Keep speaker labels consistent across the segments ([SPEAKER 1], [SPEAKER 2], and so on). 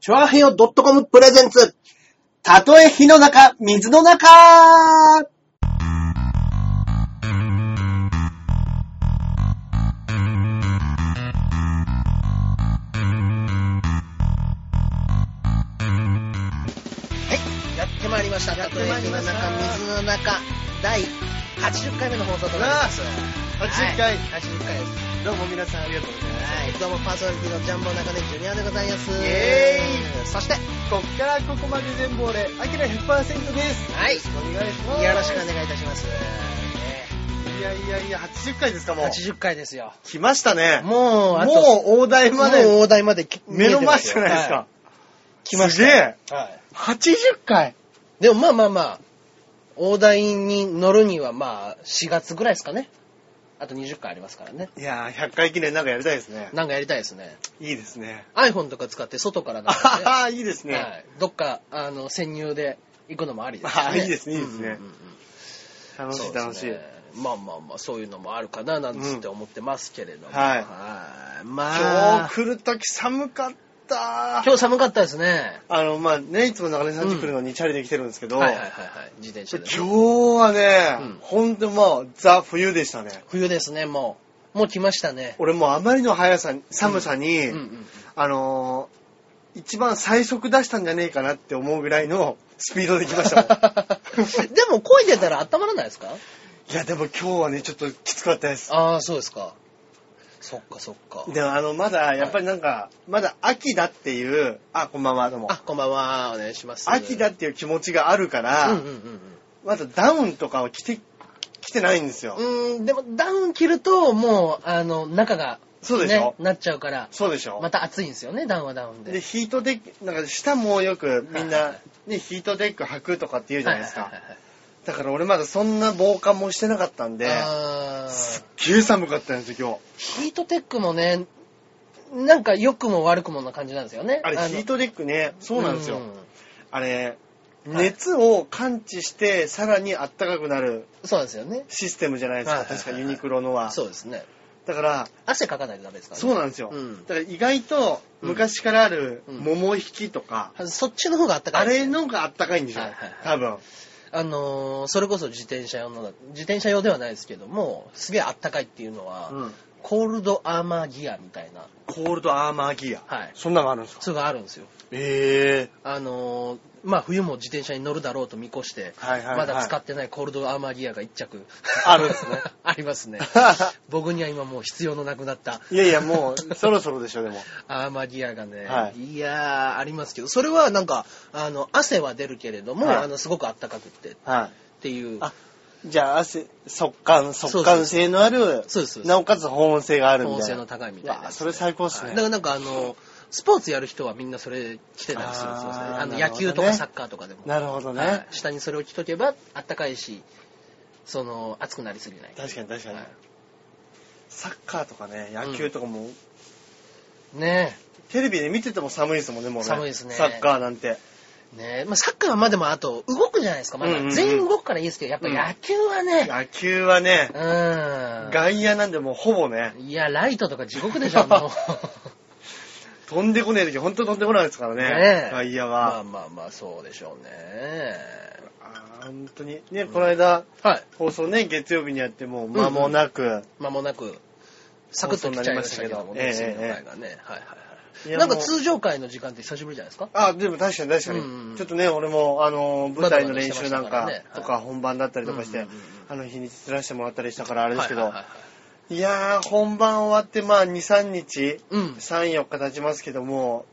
[SPEAKER 1] チョアヘヨ .com プレゼンツ。たとえ火の中、水の中はい、やってまいりました。
[SPEAKER 2] や
[SPEAKER 1] た
[SPEAKER 2] って
[SPEAKER 1] とえ
[SPEAKER 2] まい
[SPEAKER 1] 火
[SPEAKER 2] りま
[SPEAKER 1] の
[SPEAKER 2] した
[SPEAKER 1] 中、水の中、第80回目の放送となります。
[SPEAKER 2] 80回
[SPEAKER 1] はい、80回です。
[SPEAKER 2] どうも皆さんありがとうございます。
[SPEAKER 1] はい、どうもパーソナリティのジャンボ中根ジュニアでございます。
[SPEAKER 2] イエーイ
[SPEAKER 1] そして、
[SPEAKER 2] こっからここまで全部俺、あきら100%です。
[SPEAKER 1] はい、
[SPEAKER 2] お願いします。
[SPEAKER 1] よろしくお願いいたします。ね
[SPEAKER 2] いやいやいや、80回ですか、もう。
[SPEAKER 1] 80回ですよ。
[SPEAKER 2] 来ましたね。
[SPEAKER 1] も
[SPEAKER 2] も
[SPEAKER 1] う、あと、
[SPEAKER 2] う大台ま
[SPEAKER 1] も
[SPEAKER 2] で、
[SPEAKER 1] う大台までき
[SPEAKER 2] 目の前じゃないです。か。来ました。すげえ。
[SPEAKER 1] 見えてますよはいはい
[SPEAKER 2] 80回。
[SPEAKER 1] でもまあまあまあ、大台に乗るにはまあ、4月ぐらいですかね。あと20回ありますからね。
[SPEAKER 2] いやー、100回記念なんかやりたいですね。
[SPEAKER 1] なんかやりたいですね。
[SPEAKER 2] いいですね。
[SPEAKER 1] iPhone とか使って外からな
[SPEAKER 2] あ
[SPEAKER 1] んかね
[SPEAKER 2] はは、いいです
[SPEAKER 1] は
[SPEAKER 2] ね。
[SPEAKER 1] い、どっか、あの、潜入で行くのもありです
[SPEAKER 2] あいいですねいいですね
[SPEAKER 1] うんうんうん
[SPEAKER 2] 楽しい楽し
[SPEAKER 1] そう
[SPEAKER 2] い
[SPEAKER 1] で。すねまあまあまあ、そういうのもあるかな、なんつって思ってますけれども。
[SPEAKER 2] うんはい
[SPEAKER 1] い
[SPEAKER 2] 今
[SPEAKER 1] まあ
[SPEAKER 2] 日、来るとき寒かっ
[SPEAKER 1] 今
[SPEAKER 2] た。
[SPEAKER 1] 日寒かったですね。
[SPEAKER 2] あの、まあね、いつも中根さんち来るのにチャリで来てるんですけど、
[SPEAKER 1] はいはいはいはい。自転車でね。
[SPEAKER 2] 今日は
[SPEAKER 1] うん
[SPEAKER 2] ね、ほんとまあ、ザ冬でしたね。
[SPEAKER 1] 冬ですね、もう。もう来ましたね。
[SPEAKER 2] 俺もうあまりの速さ、寒さに、
[SPEAKER 1] うんうん。
[SPEAKER 2] あのー一番最速出したんじゃねえかなって思うぐらいのスピードで来ましたもん
[SPEAKER 1] でも、声出たら温まらないですか
[SPEAKER 2] いや、でも今日はね、ちょっときつかったです。
[SPEAKER 1] ああ、そうですか。そっかそっか。
[SPEAKER 2] でもあの、まだ、やっぱりなんか、まだ秋だっていう、あ、こんばんは、どうも
[SPEAKER 1] あ、。こんばんは、お願いします。
[SPEAKER 2] 秋だっていう気持ちがあるか
[SPEAKER 1] う
[SPEAKER 2] ら、
[SPEAKER 1] んうんうん
[SPEAKER 2] まだダウンとかは着て、着てないんですよ。
[SPEAKER 1] うん。うーん、でも、ダウン着ると、もう、あの、中が、
[SPEAKER 2] そうでしょ
[SPEAKER 1] ねなっちゃうから、
[SPEAKER 2] そうでしょ
[SPEAKER 1] また暑いんですよね、ダウンはダウンで。
[SPEAKER 2] で、ヒートデック、なんか下もよくみ
[SPEAKER 1] は
[SPEAKER 2] ん
[SPEAKER 1] いはいは
[SPEAKER 2] な、ね、ヒートデック履くとかって言うじゃないです
[SPEAKER 1] は
[SPEAKER 2] か
[SPEAKER 1] は。いはいはい
[SPEAKER 2] だから俺まだそんな防寒もしてなかったんで、
[SPEAKER 1] あー
[SPEAKER 2] すっげえ寒かったんですよ、
[SPEAKER 1] ヒートテックもね、なんか良くも悪くもな感じなんですよね。
[SPEAKER 2] 今日。あれ、ヒー
[SPEAKER 1] ト
[SPEAKER 2] トデックね、そうなんですよ。あれ、
[SPEAKER 1] はい
[SPEAKER 2] 熱を感知して、さらに暖かくなる
[SPEAKER 1] そうなんですよね。
[SPEAKER 2] システムじゃないです
[SPEAKER 1] は
[SPEAKER 2] か、
[SPEAKER 1] いはいはい
[SPEAKER 2] 確かユニクロのは。
[SPEAKER 1] そうですね。
[SPEAKER 2] だから、
[SPEAKER 1] 汗かかないとダメですからね。
[SPEAKER 2] そうなんですよ。
[SPEAKER 1] うん
[SPEAKER 2] だから意外と、昔からある
[SPEAKER 1] うん
[SPEAKER 2] 桃引きとか、
[SPEAKER 1] そっちの方が暖か
[SPEAKER 2] あ
[SPEAKER 1] いです
[SPEAKER 2] れのが暖かいんでしょ、
[SPEAKER 1] はいはいはい
[SPEAKER 2] 多分。
[SPEAKER 1] あのーそれこそ自転車用のだ、自転車用ではないですけども、すげえ暖かいっていうのは、
[SPEAKER 2] うん
[SPEAKER 1] コールドアーマーギアみたいな、
[SPEAKER 2] コールドアーマーギア。
[SPEAKER 1] はい
[SPEAKER 2] そんなのがあるんですか
[SPEAKER 1] そういうのがあるんですよ。
[SPEAKER 2] ええ
[SPEAKER 1] あのーまあ冬も自転車に乗るだろうと見越して、
[SPEAKER 2] はいはいはい
[SPEAKER 1] まだ使ってないコールドアーマーギアが一着。
[SPEAKER 2] あるんですね。
[SPEAKER 1] ありますね。僕には今もう必要のなくなった
[SPEAKER 2] いやいや、もう、そろそろでしょ、でも。
[SPEAKER 1] アーマギアがね、、
[SPEAKER 2] はい
[SPEAKER 1] やー、ありますけど、それはなんか、あの、汗は出るけれども、
[SPEAKER 2] はい
[SPEAKER 1] あの、すごくあったかくって、っ
[SPEAKER 2] はい。
[SPEAKER 1] ていう。
[SPEAKER 2] あじゃあ、汗、速乾、
[SPEAKER 1] うそう
[SPEAKER 2] 速乾性のある、
[SPEAKER 1] そうですそうです
[SPEAKER 2] なおかつ保温性があるみ
[SPEAKER 1] 保
[SPEAKER 2] たい
[SPEAKER 1] 温
[SPEAKER 2] な。
[SPEAKER 1] 性の高いみたいなやつ、
[SPEAKER 2] わあそれ最高っすね
[SPEAKER 1] はいだからなんかあの、スポーツやる人はみんなそれ着てたりするんですよ。
[SPEAKER 2] あー
[SPEAKER 1] それあの、
[SPEAKER 2] なる
[SPEAKER 1] 野球
[SPEAKER 2] ほどね
[SPEAKER 1] とかサッカーとかでも。
[SPEAKER 2] なるほどね、
[SPEAKER 1] はい下にそれを着とけば、あったかいし、その、暑くなりすぎない。
[SPEAKER 2] 確かに確かに、
[SPEAKER 1] は
[SPEAKER 2] サッカーとかね、野球とかも、
[SPEAKER 1] いね
[SPEAKER 2] テレビで見てても寒いですもんね、もうね。
[SPEAKER 1] 寒いですね
[SPEAKER 2] サッカーなんて。
[SPEAKER 1] え。ねえ。まあ、サッカーはまあでもあと、動くじゃないですか。まだ、
[SPEAKER 2] うんうんうん
[SPEAKER 1] 全員動くからいいですけど、やっぱ野球はね、
[SPEAKER 2] 野球はね
[SPEAKER 1] う、ん。
[SPEAKER 2] 外野なんでもうほぼね、
[SPEAKER 1] いや、ライトとか地獄でし ょ、もう。
[SPEAKER 2] 飛んでこねえ時、ほんと飛んでこないですからね、
[SPEAKER 1] ねえ
[SPEAKER 2] 外野
[SPEAKER 1] まあ
[SPEAKER 2] は。
[SPEAKER 1] まあまあ、そうでしょうね。
[SPEAKER 2] あー本当に。ね、この間、
[SPEAKER 1] はい。
[SPEAKER 2] 放送ね、月曜日にやってもう間もなく、
[SPEAKER 1] まもなく、サクッと来ちゃいましたけどもね、
[SPEAKER 2] 放送
[SPEAKER 1] 次
[SPEAKER 2] に
[SPEAKER 1] の
[SPEAKER 2] なりま
[SPEAKER 1] 回
[SPEAKER 2] し
[SPEAKER 1] がね。はいはい
[SPEAKER 2] い
[SPEAKER 1] はい。
[SPEAKER 2] や
[SPEAKER 1] なんか
[SPEAKER 2] もう
[SPEAKER 1] 通常回の時間って久しぶりじゃないですか
[SPEAKER 2] あ、でも確かに確かに。
[SPEAKER 1] うんうん
[SPEAKER 2] ちょっとね、俺も、あの、舞台の練習なん
[SPEAKER 1] バタバタしてまし
[SPEAKER 2] か
[SPEAKER 1] たからねはい
[SPEAKER 2] とか本番だったりとかして、
[SPEAKER 1] うんうんうんうん
[SPEAKER 2] あの日にずらしてもらったりしたからあ
[SPEAKER 1] あ
[SPEAKER 2] れですけど、
[SPEAKER 1] はい
[SPEAKER 2] い
[SPEAKER 1] はいはい
[SPEAKER 2] やー、本番終わってまあ2、3日、
[SPEAKER 1] うん
[SPEAKER 2] 3、4日経ちますけども、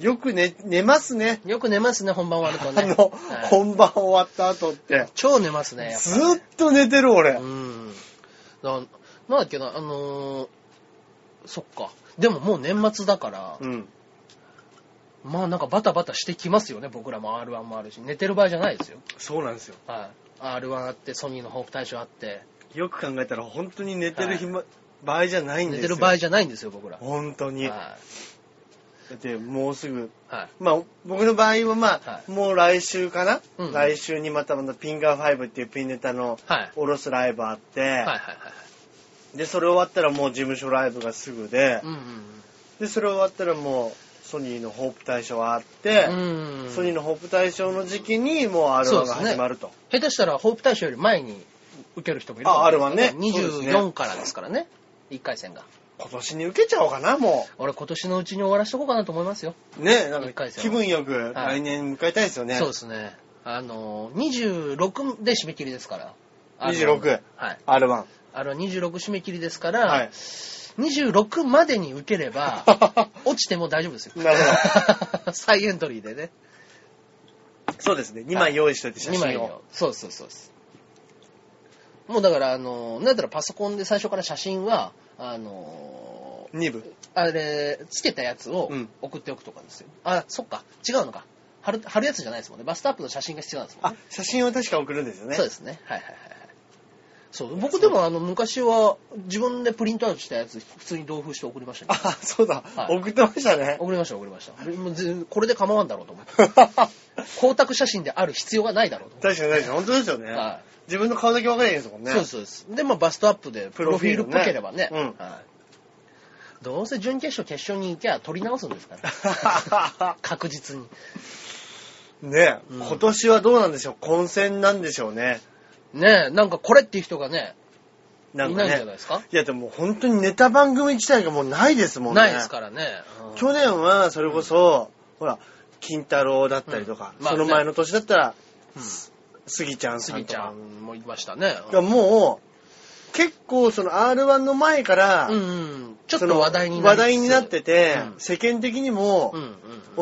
[SPEAKER 2] よく寝、寝ますね。
[SPEAKER 1] よく寝ますね、本番終わると
[SPEAKER 2] あ
[SPEAKER 1] ね。
[SPEAKER 2] の、
[SPEAKER 1] はい
[SPEAKER 2] 本番終わった後って。
[SPEAKER 1] 超寝ますね、やっぱ
[SPEAKER 2] ずーっと寝てる俺。
[SPEAKER 1] うん。ななんだっけな、あのー、そっか。でももう年末だから、
[SPEAKER 2] うん。
[SPEAKER 1] まあなんかバタバタしてきますよね、僕らも R1 もあるし。寝てる場合じゃないですよ。
[SPEAKER 2] そうなんですよ。
[SPEAKER 1] はい。R1 あって、ソニーのホープ大賞あって、
[SPEAKER 2] よく考えたら本当に寝てる暇、場合じゃないんで
[SPEAKER 1] 寝
[SPEAKER 2] すよ。
[SPEAKER 1] てる場合じゃないんですよ、僕ら。は
[SPEAKER 2] 本当
[SPEAKER 1] い。
[SPEAKER 2] に。だ
[SPEAKER 1] は
[SPEAKER 2] ってもうすぐ
[SPEAKER 1] い。
[SPEAKER 2] まあ、僕の場合は、まあ、
[SPEAKER 1] はい
[SPEAKER 2] もう来週かな、
[SPEAKER 1] うん
[SPEAKER 2] 来週にまたまたピンガー5っていうピンネタの
[SPEAKER 1] はい
[SPEAKER 2] おろすライブあって、
[SPEAKER 1] はいはいはいはい。
[SPEAKER 2] で、それ終わったらもう事務所ライブがすぐで、
[SPEAKER 1] うんうんうん。
[SPEAKER 2] で、それ終わったらもう、ソニーのホープ大賞はあって、
[SPEAKER 1] うん。
[SPEAKER 2] ソニーのホープ大賞の時期にもう R1 が始まると。
[SPEAKER 1] 下手したら、ホープ大賞より前に受ける人もいるかも
[SPEAKER 2] あ R1 ねそうですね
[SPEAKER 1] 24からですからね。1回戦が。
[SPEAKER 2] 今年に受けちゃおうかな、も
[SPEAKER 1] 俺今年のうちに終わらしとこうかなと思いますよ。
[SPEAKER 2] う。ね、なん
[SPEAKER 1] 一
[SPEAKER 2] か
[SPEAKER 1] 回戦は
[SPEAKER 2] 気分よく
[SPEAKER 1] はい
[SPEAKER 2] 来年迎えたいですよね。
[SPEAKER 1] そうですね。あの、26で締め切りですから。あの
[SPEAKER 2] 26
[SPEAKER 1] はい。
[SPEAKER 2] R1。
[SPEAKER 1] あれは26締め切りですから、
[SPEAKER 2] はい
[SPEAKER 1] 26までに受けれ ば、落ちても大丈夫ですよ。
[SPEAKER 2] なる
[SPEAKER 1] ほど。 再エントリーでね。
[SPEAKER 2] そうですね。2枚用意しといて写
[SPEAKER 1] 2枚
[SPEAKER 2] 真を。
[SPEAKER 1] を。そうそうそうです。もうだから、あの、なんだろう、パソコンで最初から写真は、あの、
[SPEAKER 2] 2部。
[SPEAKER 1] あれ、つけたやつを
[SPEAKER 2] うん
[SPEAKER 1] 送っておくとかですよ。あ、そっか、違うのか。貼る、貼るやつじゃないですもんね。バストアップの写真が必要なんですもんね
[SPEAKER 2] あ、写真を確か送るんですよね。
[SPEAKER 1] そうですね。はいはいはいはい。そう、僕でもあの、昔は自分でプリントアウトしたやつ、普通に同封して送りましたね。
[SPEAKER 2] あ、そうだ。
[SPEAKER 1] はい
[SPEAKER 2] 送ってましたね。
[SPEAKER 1] 送りました、送りました。もう全これで構わんだろうと思って。 光沢写真である必要がないだろうと思って。
[SPEAKER 2] 確かに確かに。本当ですよね。
[SPEAKER 1] は
[SPEAKER 2] 自分の顔だけ分かりゃいいですもん
[SPEAKER 1] い、
[SPEAKER 2] ね。
[SPEAKER 1] そうです、そうです。で、まあ、バストアップで、プロフィールっ
[SPEAKER 2] プ
[SPEAKER 1] ぽ
[SPEAKER 2] ロフ
[SPEAKER 1] け
[SPEAKER 2] ィールね
[SPEAKER 1] ればね。
[SPEAKER 2] うん
[SPEAKER 1] はい、どうせ準決勝、決勝に行きゃ、取り直すんです から。確実に。
[SPEAKER 2] ね、
[SPEAKER 1] うん
[SPEAKER 2] 今年はどうなんでしょう混戦なんでしょうね。
[SPEAKER 1] ねえ、なんかこれっていう人がね、
[SPEAKER 2] なん
[SPEAKER 1] いな
[SPEAKER 2] か
[SPEAKER 1] いんじゃ
[SPEAKER 2] ね
[SPEAKER 1] ない。ですか
[SPEAKER 2] いやでも本当にネタ番組自体がもうないですもんね。
[SPEAKER 1] ないですからね。うん
[SPEAKER 2] 去年はそれこそ、ほら、金太郎だったりとか、
[SPEAKER 1] うんまあ
[SPEAKER 2] そ
[SPEAKER 1] ね
[SPEAKER 2] の前の年だったら、
[SPEAKER 1] うん
[SPEAKER 2] スギちゃん
[SPEAKER 1] ス
[SPEAKER 2] さん
[SPEAKER 1] ギ
[SPEAKER 2] と
[SPEAKER 1] ちゃ
[SPEAKER 2] か。
[SPEAKER 1] んもいましたね。
[SPEAKER 2] がもう、結構その R1 の前から、
[SPEAKER 1] うんうん、ちょっ
[SPEAKER 2] そ
[SPEAKER 1] と
[SPEAKER 2] の
[SPEAKER 1] 話題に
[SPEAKER 2] 話題になってて、
[SPEAKER 1] うん
[SPEAKER 2] 世間的にも
[SPEAKER 1] うんうんうん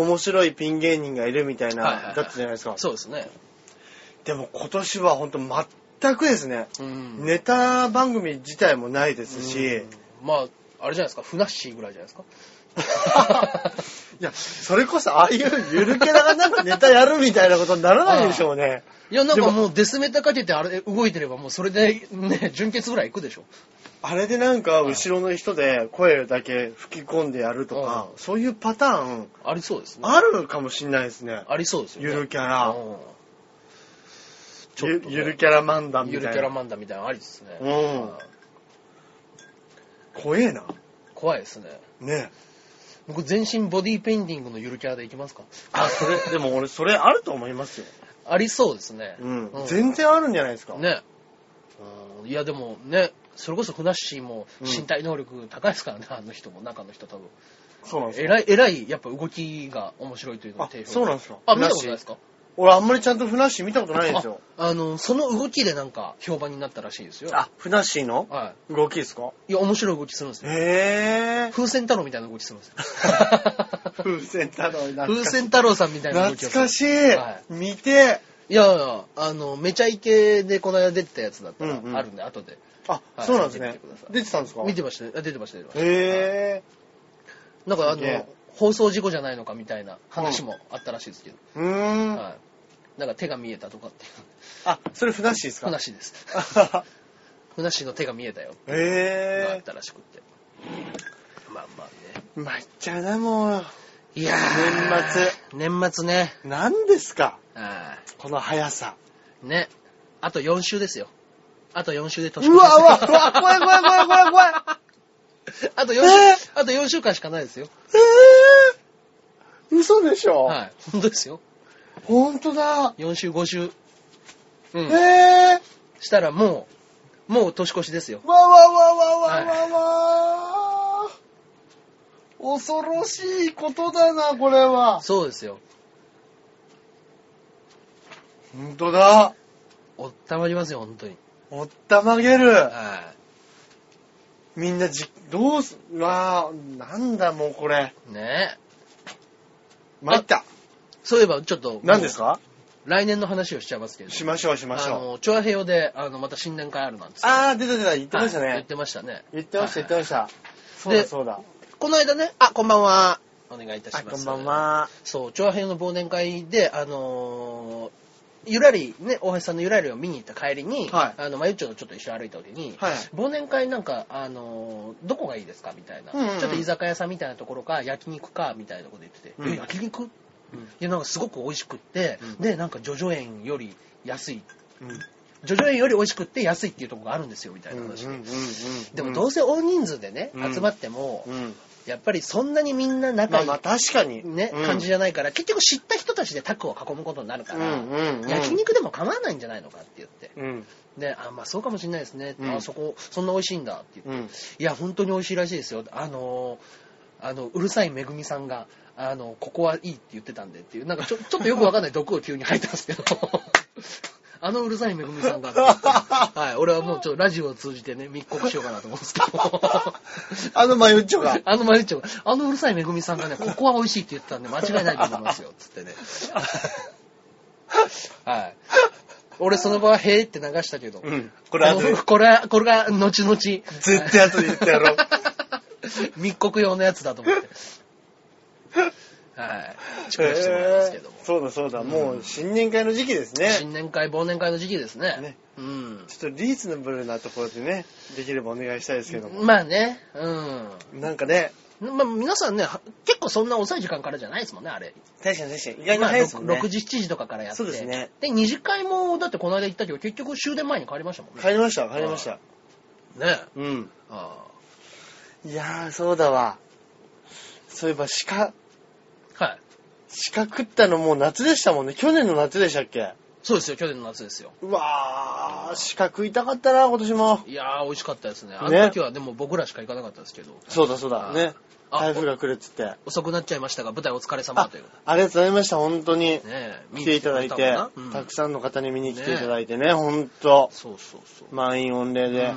[SPEAKER 2] 面白いピン芸人がいるみた
[SPEAKER 1] は
[SPEAKER 2] い
[SPEAKER 1] いはいは
[SPEAKER 2] な、
[SPEAKER 1] い
[SPEAKER 2] だったじゃないですか。
[SPEAKER 1] そうですね。
[SPEAKER 2] でも今年は本当全くですね、
[SPEAKER 1] うん
[SPEAKER 2] ネタ番組自体もないですし、
[SPEAKER 1] うんまあ、あれじゃないですか、ふなっしーぐらいじゃないで すか。
[SPEAKER 2] いや、それこそああいうゆるキャラがなんかネタやるみたいなことにならないでしょうね。
[SPEAKER 1] いや、なん
[SPEAKER 2] で
[SPEAKER 1] か
[SPEAKER 2] も
[SPEAKER 1] もうデスメタかけてあれ動いてればもうそれでね、純潔ぐらい行くでしょ。
[SPEAKER 2] あれでなんか後ろの人で声だけ吹き込んでやるとか、
[SPEAKER 1] うん
[SPEAKER 2] そういうパターン
[SPEAKER 1] ありそうですね。
[SPEAKER 2] あるかもしんないですね。
[SPEAKER 1] ありそうですよね。
[SPEAKER 2] ゆるキャラ
[SPEAKER 1] うんちょ
[SPEAKER 2] ゆ
[SPEAKER 1] っとね
[SPEAKER 2] ゆるキャラ漫談み
[SPEAKER 1] ゆ
[SPEAKER 2] た
[SPEAKER 1] る
[SPEAKER 2] いな。
[SPEAKER 1] キャラ漫談みたいなのありですね。
[SPEAKER 2] うん
[SPEAKER 1] はい
[SPEAKER 2] 怖えな。
[SPEAKER 1] 怖いですね。
[SPEAKER 2] ね
[SPEAKER 1] 僕全身ボディーペインティングのゆるキャラでいきますか
[SPEAKER 2] あ、それ、でも俺それあると思いますよ。
[SPEAKER 1] ありそうですね。
[SPEAKER 2] うん。
[SPEAKER 1] うん
[SPEAKER 2] 全然あるんじゃないですか。
[SPEAKER 1] ね。うんいや、でもね、それこそふなっしーも身体能力高いですからね、あの人も、中の人多分。
[SPEAKER 2] そうなんです
[SPEAKER 1] え
[SPEAKER 2] よ。
[SPEAKER 1] らい、えらい、やっぱ動きが面白いというのを
[SPEAKER 2] あ
[SPEAKER 1] 提、供。
[SPEAKER 2] そうなんですか。
[SPEAKER 1] あ、見たことないです
[SPEAKER 2] か
[SPEAKER 1] か
[SPEAKER 2] 俺あんまりちゃんとフナッシー見たことないんですよ。
[SPEAKER 1] ああの、その動きでなんか評判になったらしいですよ。
[SPEAKER 2] あ、フナッシーの
[SPEAKER 1] は
[SPEAKER 2] 動きですか
[SPEAKER 1] い。いや、面白い動きするんですよ。
[SPEAKER 2] へぇー。
[SPEAKER 1] 風船太郎みたいな動きす るんですよ。
[SPEAKER 2] 風船太郎
[SPEAKER 1] 風
[SPEAKER 2] 懐かしい
[SPEAKER 1] 船太郎さんみたいな動きをする。
[SPEAKER 2] 懐かしい、
[SPEAKER 1] は
[SPEAKER 2] 見て
[SPEAKER 1] いやいや、あの、めちゃイケでこの間出てたやつだったら、
[SPEAKER 2] うんうん
[SPEAKER 1] あるんで、後で。
[SPEAKER 2] あ、
[SPEAKER 1] はい
[SPEAKER 2] そうなんです
[SPEAKER 1] 見
[SPEAKER 2] ね
[SPEAKER 1] てください
[SPEAKER 2] 出てたんですか
[SPEAKER 1] 見てましたね。あ出てました、出てました。
[SPEAKER 2] へ
[SPEAKER 1] なんかあ
[SPEAKER 2] すげえ
[SPEAKER 1] の、放送事故じゃないのかみたいな話もあったらしいですけど、
[SPEAKER 2] ぇーうーん、
[SPEAKER 1] はい。なんか手が見えたとかっていう
[SPEAKER 2] あそれフナッシーです
[SPEAKER 1] ふな
[SPEAKER 2] か
[SPEAKER 1] っしーです。ふなっしーの手が見えたよ。があっ
[SPEAKER 2] へぇ
[SPEAKER 1] たらしくって。まあまあね。
[SPEAKER 2] ー参っちゃうなもう
[SPEAKER 1] いやー。年末。年末ね。
[SPEAKER 2] 何ですか
[SPEAKER 1] あ
[SPEAKER 2] この速さ
[SPEAKER 1] ーね。あと4週ですよ。あと4週で年
[SPEAKER 2] うわうわうわ怖い怖い怖い怖い怖い
[SPEAKER 1] あと4
[SPEAKER 2] え
[SPEAKER 1] 週、あと4週間しかないですよ。
[SPEAKER 2] えー、嘘でしょ、
[SPEAKER 1] はい。 本当ですよ。
[SPEAKER 2] ほんとだ、
[SPEAKER 1] 4週、5週。う
[SPEAKER 2] え
[SPEAKER 1] ん。
[SPEAKER 2] え
[SPEAKER 1] したらもう、もう年越しですよ。
[SPEAKER 2] ー、わわわわわわわ、恐ろしいことだなこれは
[SPEAKER 1] そうですよ。
[SPEAKER 2] ほんとだ
[SPEAKER 1] おったまりますよ、本当に。
[SPEAKER 2] おったまげる
[SPEAKER 1] は
[SPEAKER 2] みんなじ、どうす、うわぁ、なんだもうこれ。
[SPEAKER 1] い。ねえ。
[SPEAKER 2] 参った。
[SPEAKER 1] そういえば、ちょっと。
[SPEAKER 2] 何ですか
[SPEAKER 1] 来年の話をしちゃいますけれど。
[SPEAKER 2] しましょうしまし
[SPEAKER 1] あ
[SPEAKER 2] ょう。
[SPEAKER 1] の、チョアヘヨで、あの、また新年会あるなんですよ
[SPEAKER 2] あー、出た出た、言ってました
[SPEAKER 1] はい言っ
[SPEAKER 2] ね。
[SPEAKER 1] てましたね。
[SPEAKER 2] 言ってました、言ってました。そう
[SPEAKER 1] で
[SPEAKER 2] だ、そうだ。
[SPEAKER 1] この間ね、あ、こんばんは。お願いいたし
[SPEAKER 2] あ、
[SPEAKER 1] ま
[SPEAKER 2] こん
[SPEAKER 1] す。
[SPEAKER 2] ばん。は。
[SPEAKER 1] そう、長編の忘年会で、あのーゆらり、ね、大橋さんのゆらりを見に行った帰りに、
[SPEAKER 2] はい
[SPEAKER 1] あの、まゆっちょとちょっと一緒に歩いた時に、
[SPEAKER 2] はい
[SPEAKER 1] 忘年会なんか、あのーどこがいいですかみたいな、
[SPEAKER 2] うんうんうん
[SPEAKER 1] ちょっと居酒屋さんみたいなところか、焼肉か、みたいなこと言ってて、
[SPEAKER 2] うん
[SPEAKER 1] え焼肉、いや、なんかすごく美味しくって、で、なんか、ジョジョ園より安い、
[SPEAKER 2] うん
[SPEAKER 1] ジョジョ園より美味しくって安いっていうところがあるんですよ、みたいな話で。でもどう
[SPEAKER 2] す
[SPEAKER 1] せ大人数でね、
[SPEAKER 2] うん
[SPEAKER 1] 集まっても、
[SPEAKER 2] うん。
[SPEAKER 1] やっぱりそんなにみんな仲
[SPEAKER 2] まあ
[SPEAKER 1] いい、
[SPEAKER 2] まあ確かに。
[SPEAKER 1] ね、
[SPEAKER 2] うん
[SPEAKER 1] 感じじゃないから、結局知った人たちでタッグを囲むことになるから、
[SPEAKER 2] うんうんうん
[SPEAKER 1] 焼肉でも構わないんじゃないのかって言って。
[SPEAKER 2] うん。
[SPEAKER 1] で、あ、まあそうかもしれないですね。
[SPEAKER 2] うん
[SPEAKER 1] あ、そこ、そんな美味しいんだって言って。
[SPEAKER 2] うん。
[SPEAKER 1] いや、本当に美味しいらしいですよ。あのーあの、うるさいめぐみさんが、あの、ここはいいって言ってたんでっていう、なんかちょちょっとよくわかんない毒を急に吐いたんですけど、 あのうるさいめぐみ さんが、はい、俺はもうちょっとラジオを通じてね、密告しようかなと思うんですけど、
[SPEAKER 2] あのマヨッチョ が。
[SPEAKER 1] あのマリッチョが、あのうるさいめぐみさんがね、ここは美味しいって言ってたんで間違いないと思いますよ、つっ てね。はい。俺その場はへーって流したけど、
[SPEAKER 2] うん。
[SPEAKER 1] こ
[SPEAKER 2] これ後で、
[SPEAKER 1] これ、これが後々、
[SPEAKER 2] 絶対後で言ってやろ う。
[SPEAKER 1] 密告用のやつだと思って。はい。注意してもらいますけども
[SPEAKER 2] えー。そうだそうだ、もう新年会の時期ですね。
[SPEAKER 1] 新年会、忘年会の時期ですね。
[SPEAKER 2] ね
[SPEAKER 1] うん。
[SPEAKER 2] ちょっとリーズナブルなところでね、できればお願いしたいですけども。
[SPEAKER 1] まあね、う
[SPEAKER 2] なんかね、
[SPEAKER 1] ん。まあ皆さんね、は結構そんな遅い時間からじゃないですもんね、あれ。
[SPEAKER 2] 確かに確かに。意外に早いですもんね。
[SPEAKER 1] まあ6時、7時とかからやって。
[SPEAKER 2] そうですね。
[SPEAKER 1] で、2次会も、だってこの間行ったけど、結局終電前に帰りましたもんね。
[SPEAKER 2] 帰りました、帰りました。
[SPEAKER 1] ね
[SPEAKER 2] うん。
[SPEAKER 1] あ
[SPEAKER 2] いやー、そうだわ。そういえば鹿、
[SPEAKER 1] あはい。
[SPEAKER 2] 鹿食ったのもう夏でしたもんね。去年の夏でしたっけ
[SPEAKER 1] そうですよ、去年の夏ですよ。
[SPEAKER 2] うわー、鹿食いたかったな、今年も。
[SPEAKER 1] いやー、美味しかったですね。あ
[SPEAKER 2] ね
[SPEAKER 1] の時は、でも僕らしか行かなかったですけど、
[SPEAKER 2] そうだそう
[SPEAKER 1] あー
[SPEAKER 2] だ。ね。
[SPEAKER 1] あ
[SPEAKER 2] 台風が来るっつって。
[SPEAKER 1] 遅くなっちゃいましたが、舞台お疲れ様
[SPEAKER 2] あ
[SPEAKER 1] というこ、
[SPEAKER 2] ありがとうございました、本当に
[SPEAKER 1] と。でね
[SPEAKER 2] 来ていただい
[SPEAKER 1] 見に来く
[SPEAKER 2] て
[SPEAKER 1] れたのかなうん、
[SPEAKER 2] たくさんの方に見に来ていただいてね、本当
[SPEAKER 1] そうそうそう。
[SPEAKER 2] 満員御礼
[SPEAKER 1] う
[SPEAKER 2] で。
[SPEAKER 1] ん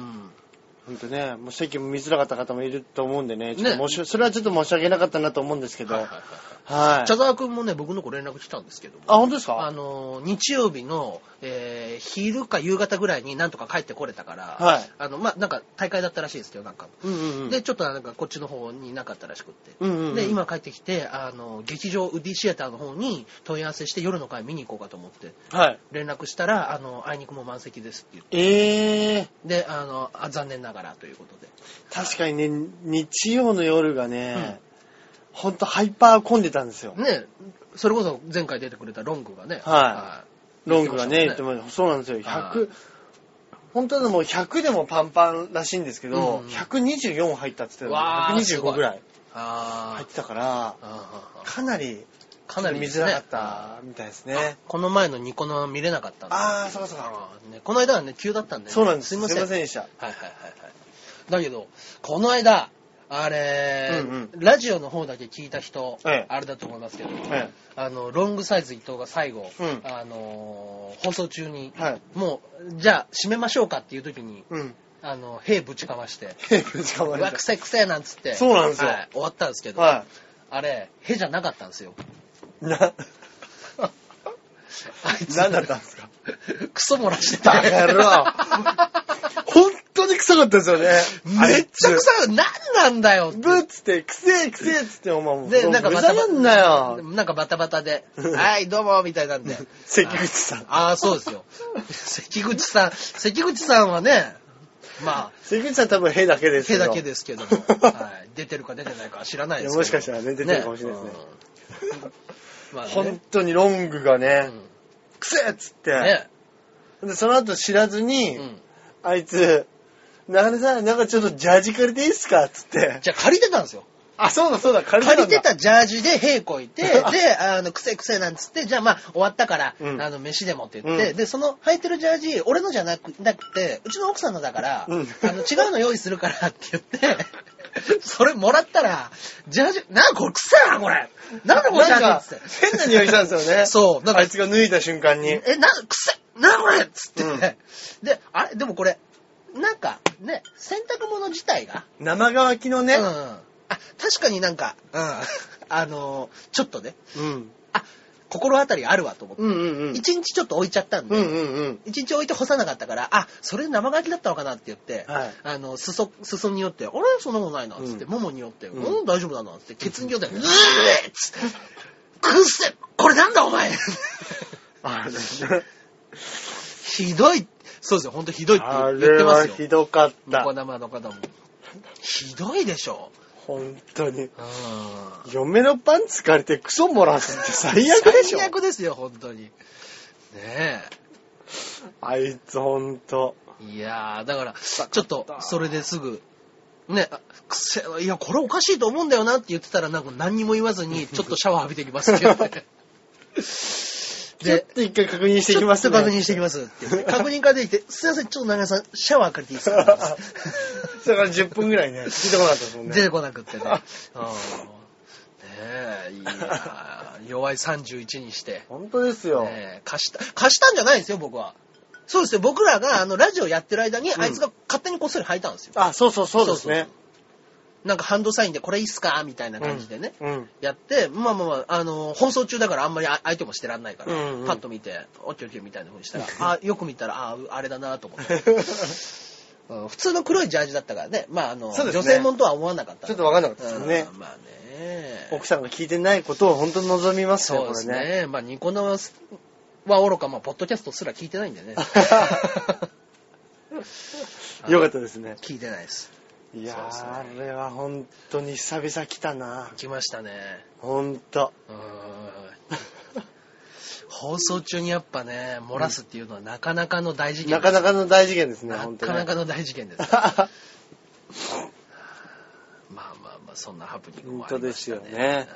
[SPEAKER 2] 本当ね、もう席も見づらかった方もいると思うんでね、ちょっ
[SPEAKER 1] ね
[SPEAKER 2] と申し、それはちょっと申し訳なかったなと思うんですけど。
[SPEAKER 1] はいはい
[SPEAKER 2] は
[SPEAKER 1] はい
[SPEAKER 2] い。
[SPEAKER 1] 茶沢くんもね、僕の子連絡来たんですけども
[SPEAKER 2] あ、本当です
[SPEAKER 1] あ
[SPEAKER 2] か
[SPEAKER 1] のー、日曜日の、えー昼か夕方ぐらいになんとか帰ってこれたから、
[SPEAKER 2] はい
[SPEAKER 1] あの、まあ、なんか大会だったらしいですけど、なんか。
[SPEAKER 2] うんうんうん。
[SPEAKER 1] で、ちょっとなんかこっちの方になかったらしくって。
[SPEAKER 2] うんうんうん
[SPEAKER 1] で、今帰ってきて、あの、劇場、ウディシアターの方に問い合わせして夜の会見に行こうかと思って、
[SPEAKER 2] はい。
[SPEAKER 1] 連絡したら、あの、あいにくも満席ですって言って、
[SPEAKER 2] ええー、
[SPEAKER 1] で、あの、あ残念ながらということで。
[SPEAKER 2] 確かにね、日曜の夜がね、ほんとハイパー混んでたんですよ。
[SPEAKER 1] ね、それこそ前回出てくれたロングがね、
[SPEAKER 2] はロングがね、
[SPEAKER 1] 言
[SPEAKER 2] 言
[SPEAKER 1] っ
[SPEAKER 2] ってて
[SPEAKER 1] ま
[SPEAKER 2] ました。そうなんですよ。
[SPEAKER 1] はい
[SPEAKER 2] 100、本当はでも100でもパンパンらしいんですけど、
[SPEAKER 1] うんうん
[SPEAKER 2] 124入ったって言って
[SPEAKER 1] わ
[SPEAKER 2] た
[SPEAKER 1] ー
[SPEAKER 2] のに125ぐらい
[SPEAKER 1] あー
[SPEAKER 2] 入ってたから、
[SPEAKER 1] あー
[SPEAKER 2] かなり、
[SPEAKER 1] かなり
[SPEAKER 2] 見
[SPEAKER 1] です
[SPEAKER 2] づ
[SPEAKER 1] ね
[SPEAKER 2] らかったみたいですね。
[SPEAKER 1] この前のニコ生見れなかったんで
[SPEAKER 2] あー、そうかそうか。
[SPEAKER 1] あーね、この間はね急だったんで、ね、
[SPEAKER 2] そうなんで
[SPEAKER 1] す
[SPEAKER 2] す。す
[SPEAKER 1] い
[SPEAKER 2] い
[SPEAKER 1] ま
[SPEAKER 2] ま
[SPEAKER 1] せん
[SPEAKER 2] せん
[SPEAKER 1] はい
[SPEAKER 2] でした。
[SPEAKER 1] はいはいはいだけどこの間あれ、
[SPEAKER 2] うん
[SPEAKER 1] ラジオの方だけ聞いた人、
[SPEAKER 2] ええ
[SPEAKER 1] あれだと思いますけど、
[SPEAKER 2] ええ
[SPEAKER 1] あのロングサイズ伊藤が最後、
[SPEAKER 2] うん
[SPEAKER 1] あのー放送中に、
[SPEAKER 2] はい
[SPEAKER 1] もうじゃあ締めましょうかっていう時に
[SPEAKER 2] うん。
[SPEAKER 1] あの兵ぶちかまして
[SPEAKER 2] テープ捕
[SPEAKER 1] 「う
[SPEAKER 2] ま
[SPEAKER 1] わ
[SPEAKER 2] れ
[SPEAKER 1] くせえくせえ」なんつって
[SPEAKER 2] そうなんですよ
[SPEAKER 1] はい終わったんですけ
[SPEAKER 2] た。
[SPEAKER 1] ど、
[SPEAKER 2] は
[SPEAKER 1] あれ兵じゃなかったんですよ
[SPEAKER 2] い。な、
[SPEAKER 1] あいつ
[SPEAKER 2] 何だったんですか
[SPEAKER 1] クソ漏らしてた
[SPEAKER 2] バカ野 郎本当に臭かったですよね。
[SPEAKER 1] めっちゃ
[SPEAKER 2] あいつ
[SPEAKER 1] 臭い何なんだよ
[SPEAKER 2] ブッつって、くせえくせえっつって、お前もう、
[SPEAKER 1] で
[SPEAKER 2] もう
[SPEAKER 1] なんか
[SPEAKER 2] ふ
[SPEAKER 1] バ
[SPEAKER 2] ざ
[SPEAKER 1] タバ
[SPEAKER 2] け
[SPEAKER 1] タ
[SPEAKER 2] んなよ。
[SPEAKER 1] なんかバタバタで 「はいどうも」みたいなんで
[SPEAKER 2] 関口さん
[SPEAKER 1] ああそうですよ関口さん関口さんはねまあ
[SPEAKER 2] 関口さん多分、へだけですけ
[SPEAKER 1] 手
[SPEAKER 2] ど。
[SPEAKER 1] だけですけど も、はい、出てるか出てないかは知らないですけど
[SPEAKER 2] いやもしかしたらね出てるかもしれないですね
[SPEAKER 1] うんまあ
[SPEAKER 2] 本
[SPEAKER 1] ね
[SPEAKER 2] 当にロングがね、
[SPEAKER 1] う
[SPEAKER 2] くせえっつって、
[SPEAKER 1] んね
[SPEAKER 2] で、その後知らずに、
[SPEAKER 1] うん
[SPEAKER 2] あいつ、中根さん、なんかちょっとジャージ借りていいっすかっつって。
[SPEAKER 1] じゃあ借りてたんですよ
[SPEAKER 2] あ、そうだそうだ、借りて
[SPEAKER 1] 借
[SPEAKER 2] た
[SPEAKER 1] り
[SPEAKER 2] んだ。
[SPEAKER 1] てたジャージで屁こい て、で、あの、くせえくせえなんつって、じゃあまあ終わったから、
[SPEAKER 2] うん
[SPEAKER 1] あの、飯でもって言って、
[SPEAKER 2] うん
[SPEAKER 1] で、その履いてるジャージ、俺のじゃなくなくて、うちの奥さんのだから、
[SPEAKER 2] うん
[SPEAKER 1] あの、違うの用意するからって言って、 それもらったら、ジャージ、なんかこれくせえな、これなんだこれジャ
[SPEAKER 2] な
[SPEAKER 1] ー
[SPEAKER 2] んか
[SPEAKER 1] ジっつって。
[SPEAKER 2] 変な匂いしたんですよ ね。
[SPEAKER 1] そうなんか
[SPEAKER 2] あいつが脱いだ瞬間に。
[SPEAKER 1] え、なんかくせえなんだこれっつって、
[SPEAKER 2] うん
[SPEAKER 1] で、あれでもこれ、なんかね、洗濯物自体が、
[SPEAKER 2] 生乾きのね
[SPEAKER 1] うん。。あ、確かになんか、うん。あの、ちょっとね、
[SPEAKER 2] うん。
[SPEAKER 1] あ、心当たりあるわと思って。
[SPEAKER 2] うんうんうん。
[SPEAKER 1] 一、日ちょっと置いちゃったん
[SPEAKER 2] う
[SPEAKER 1] で、
[SPEAKER 2] んうんうん。
[SPEAKER 1] 一、日置いて干さなかったから、あ、それ生乾きだったのかなって言って、
[SPEAKER 2] はい
[SPEAKER 1] あの、裾、裾によって、あれそんなことないな、つって、
[SPEAKER 2] うん
[SPEAKER 1] ももによって、
[SPEAKER 2] ん
[SPEAKER 1] うん、大丈夫だな、つって、ケツによって、うえっつって、くっせこれなんだお前
[SPEAKER 2] あれ
[SPEAKER 1] ひどい、そうですよ、ほんとひどいって
[SPEAKER 2] あ
[SPEAKER 1] 言って
[SPEAKER 2] れ
[SPEAKER 1] ま
[SPEAKER 2] は
[SPEAKER 1] すよ
[SPEAKER 2] ひ。どかっ
[SPEAKER 1] ニ
[SPEAKER 2] た
[SPEAKER 1] コ。生の方も。ひどいでしょ。
[SPEAKER 2] 本当に。
[SPEAKER 1] うん。
[SPEAKER 2] 嫁のパンツ借りてクソ漏らすって最悪でしょ
[SPEAKER 1] 最悪ですよ、本当に。ねえ。
[SPEAKER 2] あいつ本当。
[SPEAKER 1] いやー、だから、ちょっと、それですぐ、ね、あくせえいや、これおかしいと思うんだよなって言ってたら、なんか何にも言わず に、ちょっとシャワー浴びてきますって言 って。
[SPEAKER 2] ちょっと一回確認してきます
[SPEAKER 1] ちょっと確 認してきますって言って。 確認からできて、すいません、ちょっと長谷さん、シャワー借りていいです か
[SPEAKER 2] だから10分ぐらいね、聞いてこなかったですもんね。
[SPEAKER 1] 出てこなくってね。あーねえ、いやー弱い31にして、
[SPEAKER 2] 本当ですよ。
[SPEAKER 1] ねえ、貸した、貸したんじゃないんですよ、僕は。そうですよ、僕らが、あの、ラジオやってる間に、
[SPEAKER 2] うん
[SPEAKER 1] あいつが勝手にこっそり履いたんですよ。
[SPEAKER 2] あ、そうそうそうですね。
[SPEAKER 1] なんかハンドサインで、これいいっすかみたいな感じでね。
[SPEAKER 2] うん。
[SPEAKER 1] やって、まあまあまあ、あの、放送中だからあんまりあ相手もしてらんないから、
[SPEAKER 2] うんうん
[SPEAKER 1] パッと見て、おっきおっきみたいな風にしたら、あ、よく見たら、あ、あれだなと思 って。うん普通の黒いジャージだったからね、まああの、
[SPEAKER 2] そうですね
[SPEAKER 1] 女性もんとは思わなかった。
[SPEAKER 2] ちょっとわかんなかったですよね
[SPEAKER 1] うんまあね。
[SPEAKER 2] 奥さんが聞いてないことを本当に望みますよ、
[SPEAKER 1] そう
[SPEAKER 2] こ
[SPEAKER 1] です
[SPEAKER 2] れね。
[SPEAKER 1] ね。まあニコ生はおろか、まあポッドキャストすら聞いてないんで ね。ね
[SPEAKER 2] よかったですね。
[SPEAKER 1] 聞いてないです。
[SPEAKER 2] いや
[SPEAKER 1] そう
[SPEAKER 2] ー、
[SPEAKER 1] です
[SPEAKER 2] あれは本当に久々来たな。
[SPEAKER 1] 来ましたね。
[SPEAKER 2] 本当。
[SPEAKER 1] うーん放送中にやっぱね、漏らすっていうのはなかなかの大事件
[SPEAKER 2] なかな
[SPEAKER 1] か
[SPEAKER 2] かの大事件ですね、
[SPEAKER 1] な
[SPEAKER 2] 本当に。
[SPEAKER 1] かなかの大事件です。 まあまあまあ、そんなハプニング もありましたね。
[SPEAKER 2] 本当ですよね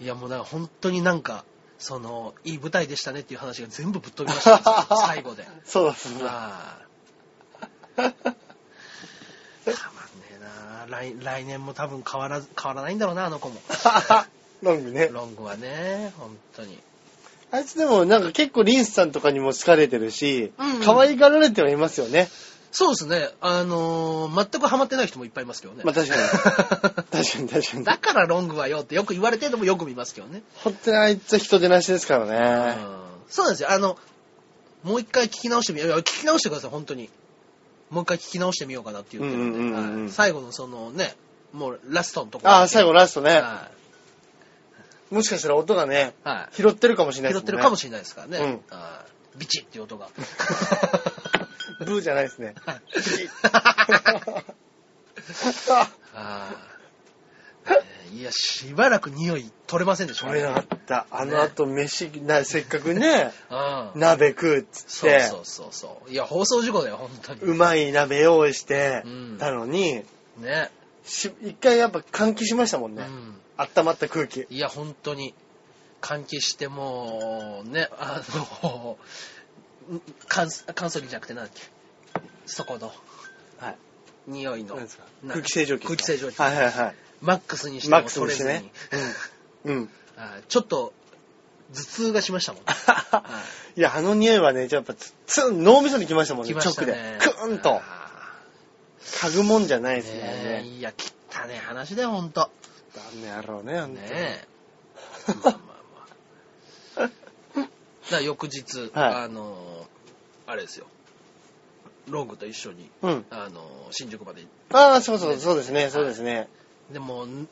[SPEAKER 1] うん。いやもうだから本当になんか、その、いい舞台でしたねっていう話が全部ぶっ飛びました ね、最後で。
[SPEAKER 2] そうだ そうだ。
[SPEAKER 1] ああ。たまんねえな来。来年も多分変わらず、変わらないんだろうな、あの子 も。
[SPEAKER 2] ロングね。
[SPEAKER 1] ロングはね、本当に。
[SPEAKER 2] あいつでもなんか結構リンスさんとかにも好かれてるし
[SPEAKER 1] うんうん、
[SPEAKER 2] 可愛がられてはいますよね。
[SPEAKER 1] そうですね。あのー全くハマってない人もいっぱいいますけどね。
[SPEAKER 2] まあ確かに
[SPEAKER 1] か
[SPEAKER 2] 確かに確か に。
[SPEAKER 1] だからロングはよってよく言われてるのもよく見ますけどね。
[SPEAKER 2] 本当にあいつは人出なしですか
[SPEAKER 1] う
[SPEAKER 2] らね。
[SPEAKER 1] んそうなんですよ。あの、もう一回聞き直してみよう。いや聞き直してください、本当に。もう一回聞き直してみようかなって言ってるんで。
[SPEAKER 2] うんうんうんうん
[SPEAKER 1] はい最後のそのね、もうラストのところだけ。
[SPEAKER 2] ああ、最後ラストね。
[SPEAKER 1] は
[SPEAKER 2] もしかしたら音がね、
[SPEAKER 1] い。はい
[SPEAKER 2] 拾ってるかもしれない
[SPEAKER 1] 拾
[SPEAKER 2] で
[SPEAKER 1] っ
[SPEAKER 2] す
[SPEAKER 1] てる
[SPEAKER 2] もんね。
[SPEAKER 1] かもしれないですからね。
[SPEAKER 2] うん
[SPEAKER 1] はいビチッっていう音が。
[SPEAKER 2] ブーじゃないで すね。
[SPEAKER 1] あーねえいや、しばらく匂い取れませんでしょ
[SPEAKER 2] これなかった。あの後飯、なせっかくね、
[SPEAKER 1] うん。
[SPEAKER 2] 鍋食うっつっ
[SPEAKER 1] そう
[SPEAKER 2] て、
[SPEAKER 1] そうそうそう。いや、放送事故だよ、本当に。
[SPEAKER 2] うまい鍋用意して
[SPEAKER 1] うん
[SPEAKER 2] たのに、
[SPEAKER 1] ね。
[SPEAKER 2] し一回やっぱ換気しましたもん
[SPEAKER 1] う
[SPEAKER 2] ね。
[SPEAKER 1] ん。
[SPEAKER 2] 温まった空気。
[SPEAKER 1] いや、本当に。換気してもう、ね、あの、 乾燥乾燥機じゃなくてなんだっけ。そこの、
[SPEAKER 2] はい。
[SPEAKER 1] 匂いの。
[SPEAKER 2] 何ですか
[SPEAKER 1] な
[SPEAKER 2] 空気清浄機。
[SPEAKER 1] 空気清浄機。
[SPEAKER 2] はいはいはい。
[SPEAKER 1] マックスにして
[SPEAKER 2] マッ
[SPEAKER 1] も
[SPEAKER 2] クス
[SPEAKER 1] 取
[SPEAKER 2] に
[SPEAKER 1] れ
[SPEAKER 2] して
[SPEAKER 1] ずに。
[SPEAKER 2] ね。うん。
[SPEAKER 1] あーちょっと、頭痛がしましたも ん。はい
[SPEAKER 2] や、あの 匂いはね、やっぱ、つつん、脳みそに来ましたもんね、
[SPEAKER 1] 来ました
[SPEAKER 2] 直で
[SPEAKER 1] ね。。
[SPEAKER 2] クーンと。
[SPEAKER 1] あ
[SPEAKER 2] 嗅ぐもんじゃない
[SPEAKER 1] ー
[SPEAKER 2] ですね。あれ
[SPEAKER 1] ねえ
[SPEAKER 2] ね
[SPEAKER 1] いや、汚ねえ話だよ、ほんと。
[SPEAKER 2] ダメやろうね、ほんと
[SPEAKER 1] ね
[SPEAKER 2] に
[SPEAKER 1] え。まあまあまあ。だから翌日、
[SPEAKER 2] はい
[SPEAKER 1] あのー、あれですよ。ロングと一緒に、
[SPEAKER 2] うん。
[SPEAKER 1] あのー、新宿まで行っ
[SPEAKER 2] ああ、そうそう、そうですね、そうですね。
[SPEAKER 1] て。でも、ん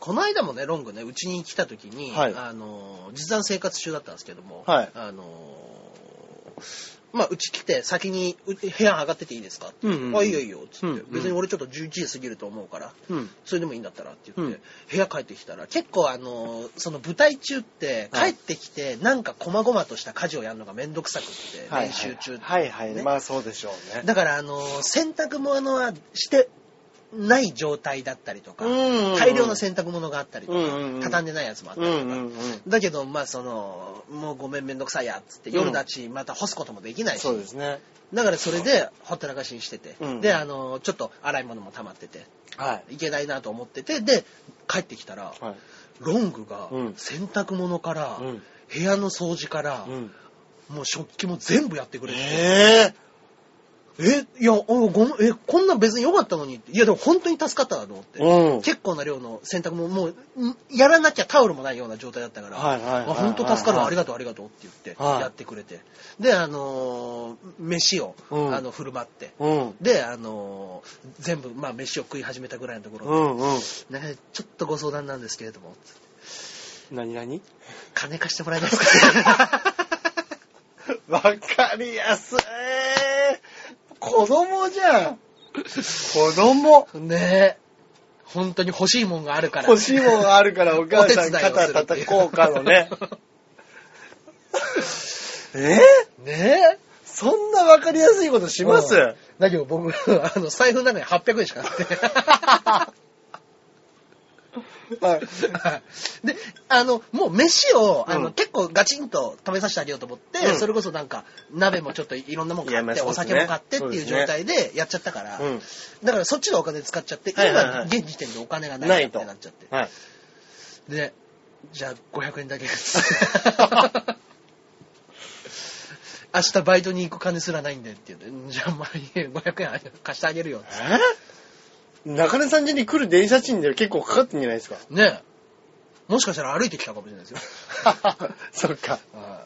[SPEAKER 1] この間もね、ロングね、うちに来た時に、
[SPEAKER 2] はい
[SPEAKER 1] あのー、実弾生活中だったんですけども、
[SPEAKER 2] はい
[SPEAKER 1] あのー、まあ、うち来て、先にう部屋上がってていいですかって、
[SPEAKER 2] うんうんうん
[SPEAKER 1] あ、いいよいいよ、つって、
[SPEAKER 2] うんうん
[SPEAKER 1] 別に俺ちょっと11時過ぎると思うから、
[SPEAKER 2] うん。
[SPEAKER 1] それでもいいんだったらって言って、
[SPEAKER 2] うん
[SPEAKER 1] 部屋帰ってきたら、結構あのー、その舞台中って、帰
[SPEAKER 2] はい
[SPEAKER 1] ってきて、なんか細々とした家事をやるのがめんどくさくって、
[SPEAKER 2] はい
[SPEAKER 1] 練習中って、
[SPEAKER 2] はいはい。
[SPEAKER 1] ね
[SPEAKER 2] まあそうでしょうね。
[SPEAKER 1] だからあのー、洗濯物はしてない状態だったりとか、
[SPEAKER 2] うんうん
[SPEAKER 1] 大量の洗濯物があったりとか、
[SPEAKER 2] うんうんうん
[SPEAKER 1] 畳んでないやつもあった
[SPEAKER 2] う
[SPEAKER 1] りとか、
[SPEAKER 2] んうんうん。
[SPEAKER 1] だけど、まあその、もうごめんめんどくさいやっつって、夜立ちまた干すこともできないし、
[SPEAKER 2] そうですね。
[SPEAKER 1] だからそれでほったらかしにしてて、
[SPEAKER 2] うん
[SPEAKER 1] で、あのー、ちょっと洗い物も溜まってて、
[SPEAKER 2] はい。
[SPEAKER 1] いけないなと思ってて、で、帰ってきたら、
[SPEAKER 2] はい。
[SPEAKER 1] ロングが
[SPEAKER 2] うん
[SPEAKER 1] 洗濯物から、
[SPEAKER 2] うん
[SPEAKER 1] 部屋の掃除から、
[SPEAKER 2] うん。
[SPEAKER 1] もう食器も全部やってくれて、
[SPEAKER 2] ええ
[SPEAKER 1] えいや、あごめんえ、こんなん別に良かったのにって、いや、でも本当に助かったなと思って、
[SPEAKER 2] うん
[SPEAKER 1] 結構な量の洗濯も、もう、んやらなきゃタオルもないような状態だったから、
[SPEAKER 2] はいはいはいはい
[SPEAKER 1] あ本当助かるわ、ありがとう、ありがとうって言って、
[SPEAKER 2] はい
[SPEAKER 1] やってくれて、で、あのー飯を、
[SPEAKER 2] うん
[SPEAKER 1] あの振る舞って、
[SPEAKER 2] うん。
[SPEAKER 1] で、あのー全部、まあ、飯を食い始めたぐらいのところで、
[SPEAKER 2] うんうん。
[SPEAKER 1] ね、ちょっとご相談なんですけれども、
[SPEAKER 2] 何何
[SPEAKER 1] 金貸してもらえないですか
[SPEAKER 2] わかりやすい子供じゃん子供
[SPEAKER 1] ねえ。本当に欲しいもんがあるから。
[SPEAKER 2] 欲しいもんがあるからお母
[SPEAKER 1] お
[SPEAKER 2] さん
[SPEAKER 1] 手伝いをす
[SPEAKER 2] 肩
[SPEAKER 1] るっていう
[SPEAKER 2] 叩こうかのね。え
[SPEAKER 1] ねえ。
[SPEAKER 2] そんなわかりやすいことします、
[SPEAKER 1] うんだけど僕、あの、財布の中に800円しかなく て。は
[SPEAKER 2] はい。
[SPEAKER 1] いで、あの、もう飯を、あの、
[SPEAKER 2] うん
[SPEAKER 1] 結構ガチンと食べさせてあげようと思って、
[SPEAKER 2] うん
[SPEAKER 1] それこそなんか、鍋もちょっといろんなもん買
[SPEAKER 2] いやま
[SPEAKER 1] っ
[SPEAKER 2] あ
[SPEAKER 1] て、
[SPEAKER 2] そう
[SPEAKER 1] お
[SPEAKER 2] ですね
[SPEAKER 1] 酒も買ってって
[SPEAKER 2] そう
[SPEAKER 1] い
[SPEAKER 2] で
[SPEAKER 1] う
[SPEAKER 2] すね
[SPEAKER 1] 状態でやっちゃったから、
[SPEAKER 2] うん
[SPEAKER 1] だからそっちのお金使っちゃって、
[SPEAKER 2] はいはいはい
[SPEAKER 1] 今、現時点でお金がな
[SPEAKER 2] ないい
[SPEAKER 1] なっ
[SPEAKER 2] と。
[SPEAKER 1] てなっちゃって。
[SPEAKER 2] はい。
[SPEAKER 1] で、じゃあ500円だけ です。明日バイトに行く金すらないんでって言うんでじゃあまあいいよ500円貸してあげるよ。
[SPEAKER 2] えー中根さん家に来る電車賃で結構かかってんじゃないですか
[SPEAKER 1] ねえ。もしかしたら歩いてきたかもしれないですよ。
[SPEAKER 2] そっか。
[SPEAKER 1] は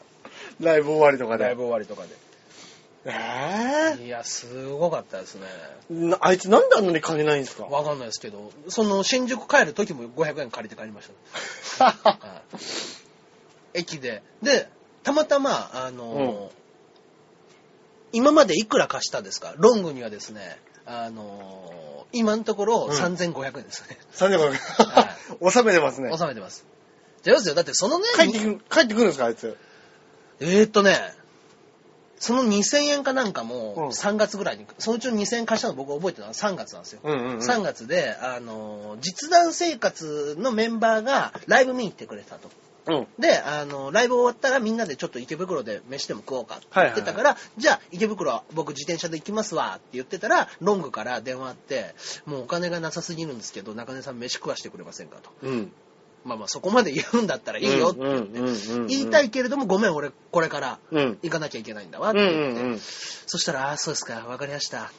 [SPEAKER 2] ライブ終わりと
[SPEAKER 1] い
[SPEAKER 2] か
[SPEAKER 1] ライ
[SPEAKER 2] で。
[SPEAKER 1] ブ終わりとかで。
[SPEAKER 2] え
[SPEAKER 1] いや、すごかったですね。
[SPEAKER 2] ーなあいつなんであんなに金ないん ですか
[SPEAKER 1] わかんないですけど、その新宿帰る時も500円借りて帰りました、はい駅で。で、たまたま、あのー今までいくら貸したですかロングにはですね、あのー今のところ
[SPEAKER 2] うん
[SPEAKER 1] 3500円ですね。は
[SPEAKER 2] 3500収めてますね。
[SPEAKER 1] 収めてます。じゃあ、要するにだってそのね、
[SPEAKER 2] 帰ってくる、帰ってくるんですかあいつ。
[SPEAKER 1] えーっとね、その2000円かなんかも
[SPEAKER 2] うん
[SPEAKER 1] 3月ぐらいに、そのうちの2000円貸したの僕覚えてるのは3月なんですよ。
[SPEAKER 2] うんうんうん
[SPEAKER 1] 3月で、あのー、実弾生活のメンバーがライブ見に行ってくれたと。
[SPEAKER 2] うん。
[SPEAKER 1] で、あのー、ライブ終わったらみんなでちょっと池袋で飯でも食おうかって言ってたから、じゃあ池袋は僕自転車で行きますわって言ってたら、ロングから電話あって、もうお金がなさすぎるんですけど、中根さん飯食わしてくれませんかと。
[SPEAKER 2] うん。
[SPEAKER 1] まあまあそこまで言うんだったらいいよって言って
[SPEAKER 2] うんうんうんうん、
[SPEAKER 1] 言いたいけれどもごめん俺これから
[SPEAKER 2] うん。
[SPEAKER 1] 行かなきゃいけないんだわっ
[SPEAKER 2] うん
[SPEAKER 1] て
[SPEAKER 2] う
[SPEAKER 1] 言って、
[SPEAKER 2] んうん。
[SPEAKER 1] そしたら、あーそうですか、わかりました。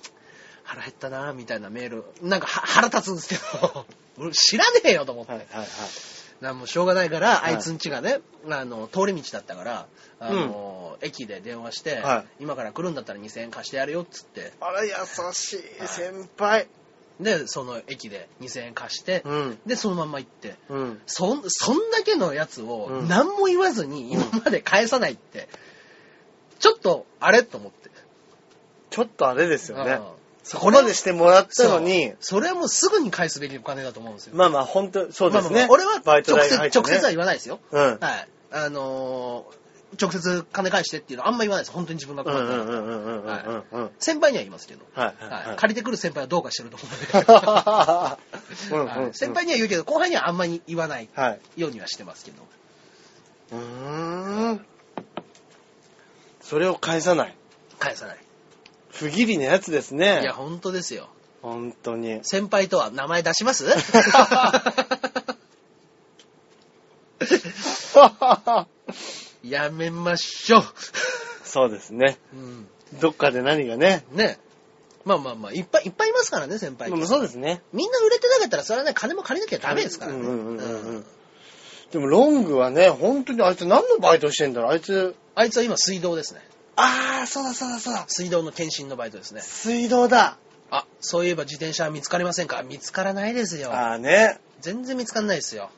[SPEAKER 1] 腹減ったな、みたいなメール。なんかは腹立つんですけど、 俺知らねえよと思って。
[SPEAKER 2] はいはいはい。
[SPEAKER 1] なんもうしょうがないから、
[SPEAKER 2] はい
[SPEAKER 1] あいつん家がね、あの、通り道だったから、あの、駅で電話して、
[SPEAKER 2] は
[SPEAKER 1] 今から来るんだったら2000円貸してやるよっつって、
[SPEAKER 2] あら、優しい先輩。
[SPEAKER 1] で、その駅で2000円貸して、
[SPEAKER 2] うん。
[SPEAKER 1] で、そのまんま行って、
[SPEAKER 2] うん。
[SPEAKER 1] そん、そんだけのやつを
[SPEAKER 2] うん
[SPEAKER 1] 何も言わずに今まで返さないって、ちょっと、あれと思って。
[SPEAKER 2] ちょっとあれですよね。
[SPEAKER 1] うん
[SPEAKER 2] そこまでしてもらったのに、
[SPEAKER 1] そうそれはもうすぐに返すべきお金だと思うんですよ。
[SPEAKER 2] まあまあ、本当そうです
[SPEAKER 1] まあま
[SPEAKER 2] ね。
[SPEAKER 1] あ俺は
[SPEAKER 2] バイト
[SPEAKER 1] 直
[SPEAKER 2] 代
[SPEAKER 1] 接、
[SPEAKER 2] が入って
[SPEAKER 1] 直
[SPEAKER 2] ね
[SPEAKER 1] 接は言わないですよ。
[SPEAKER 2] うん。
[SPEAKER 1] はい。あのー直接金返してっていうのはあんま言わないです。本当に自分が
[SPEAKER 2] う
[SPEAKER 1] 困
[SPEAKER 2] ん
[SPEAKER 1] っ
[SPEAKER 2] う
[SPEAKER 1] たら
[SPEAKER 2] んうんうんうんうんうんうん。
[SPEAKER 1] 先輩には言いますけど。
[SPEAKER 2] はいはい
[SPEAKER 1] は。
[SPEAKER 2] はいい
[SPEAKER 1] 借りてくる先輩はどうかしてると思うんで
[SPEAKER 2] うんうん
[SPEAKER 1] は
[SPEAKER 2] う
[SPEAKER 1] い。
[SPEAKER 2] ん。
[SPEAKER 1] 先輩には言うけど、後輩にはあんまり言わない
[SPEAKER 2] はい。
[SPEAKER 1] ようにはしてますけど。
[SPEAKER 2] うーん。それを返さない。
[SPEAKER 1] 返さない。
[SPEAKER 2] 不義理なやつですね。
[SPEAKER 1] いや、本当ですよ。
[SPEAKER 2] 本当に。
[SPEAKER 1] 先輩とは名前出します やめましょう。
[SPEAKER 2] そうですね。
[SPEAKER 1] うん。
[SPEAKER 2] どっかで何がね。
[SPEAKER 1] ね。まあまあまあ、いっぱいいっぱいいますからね、先輩
[SPEAKER 2] まあそうですね。
[SPEAKER 1] みんな売れてなかったら、それはね、金も借りなきゃダメですからね。
[SPEAKER 2] うんうんうんうん
[SPEAKER 1] うん
[SPEAKER 2] でもロングはね、本当にあいつ何のバイトしてんだろうあいつ。
[SPEAKER 1] あいつは今、水道ですね。
[SPEAKER 2] あー、そうだそうだそうだ。
[SPEAKER 1] 水道の検診のバイトですね。
[SPEAKER 2] 水道だ。
[SPEAKER 1] あ、そういえば自転車は見つかりませんか見つからないですよ。
[SPEAKER 2] あーね。
[SPEAKER 1] 全然見つかんないですよ。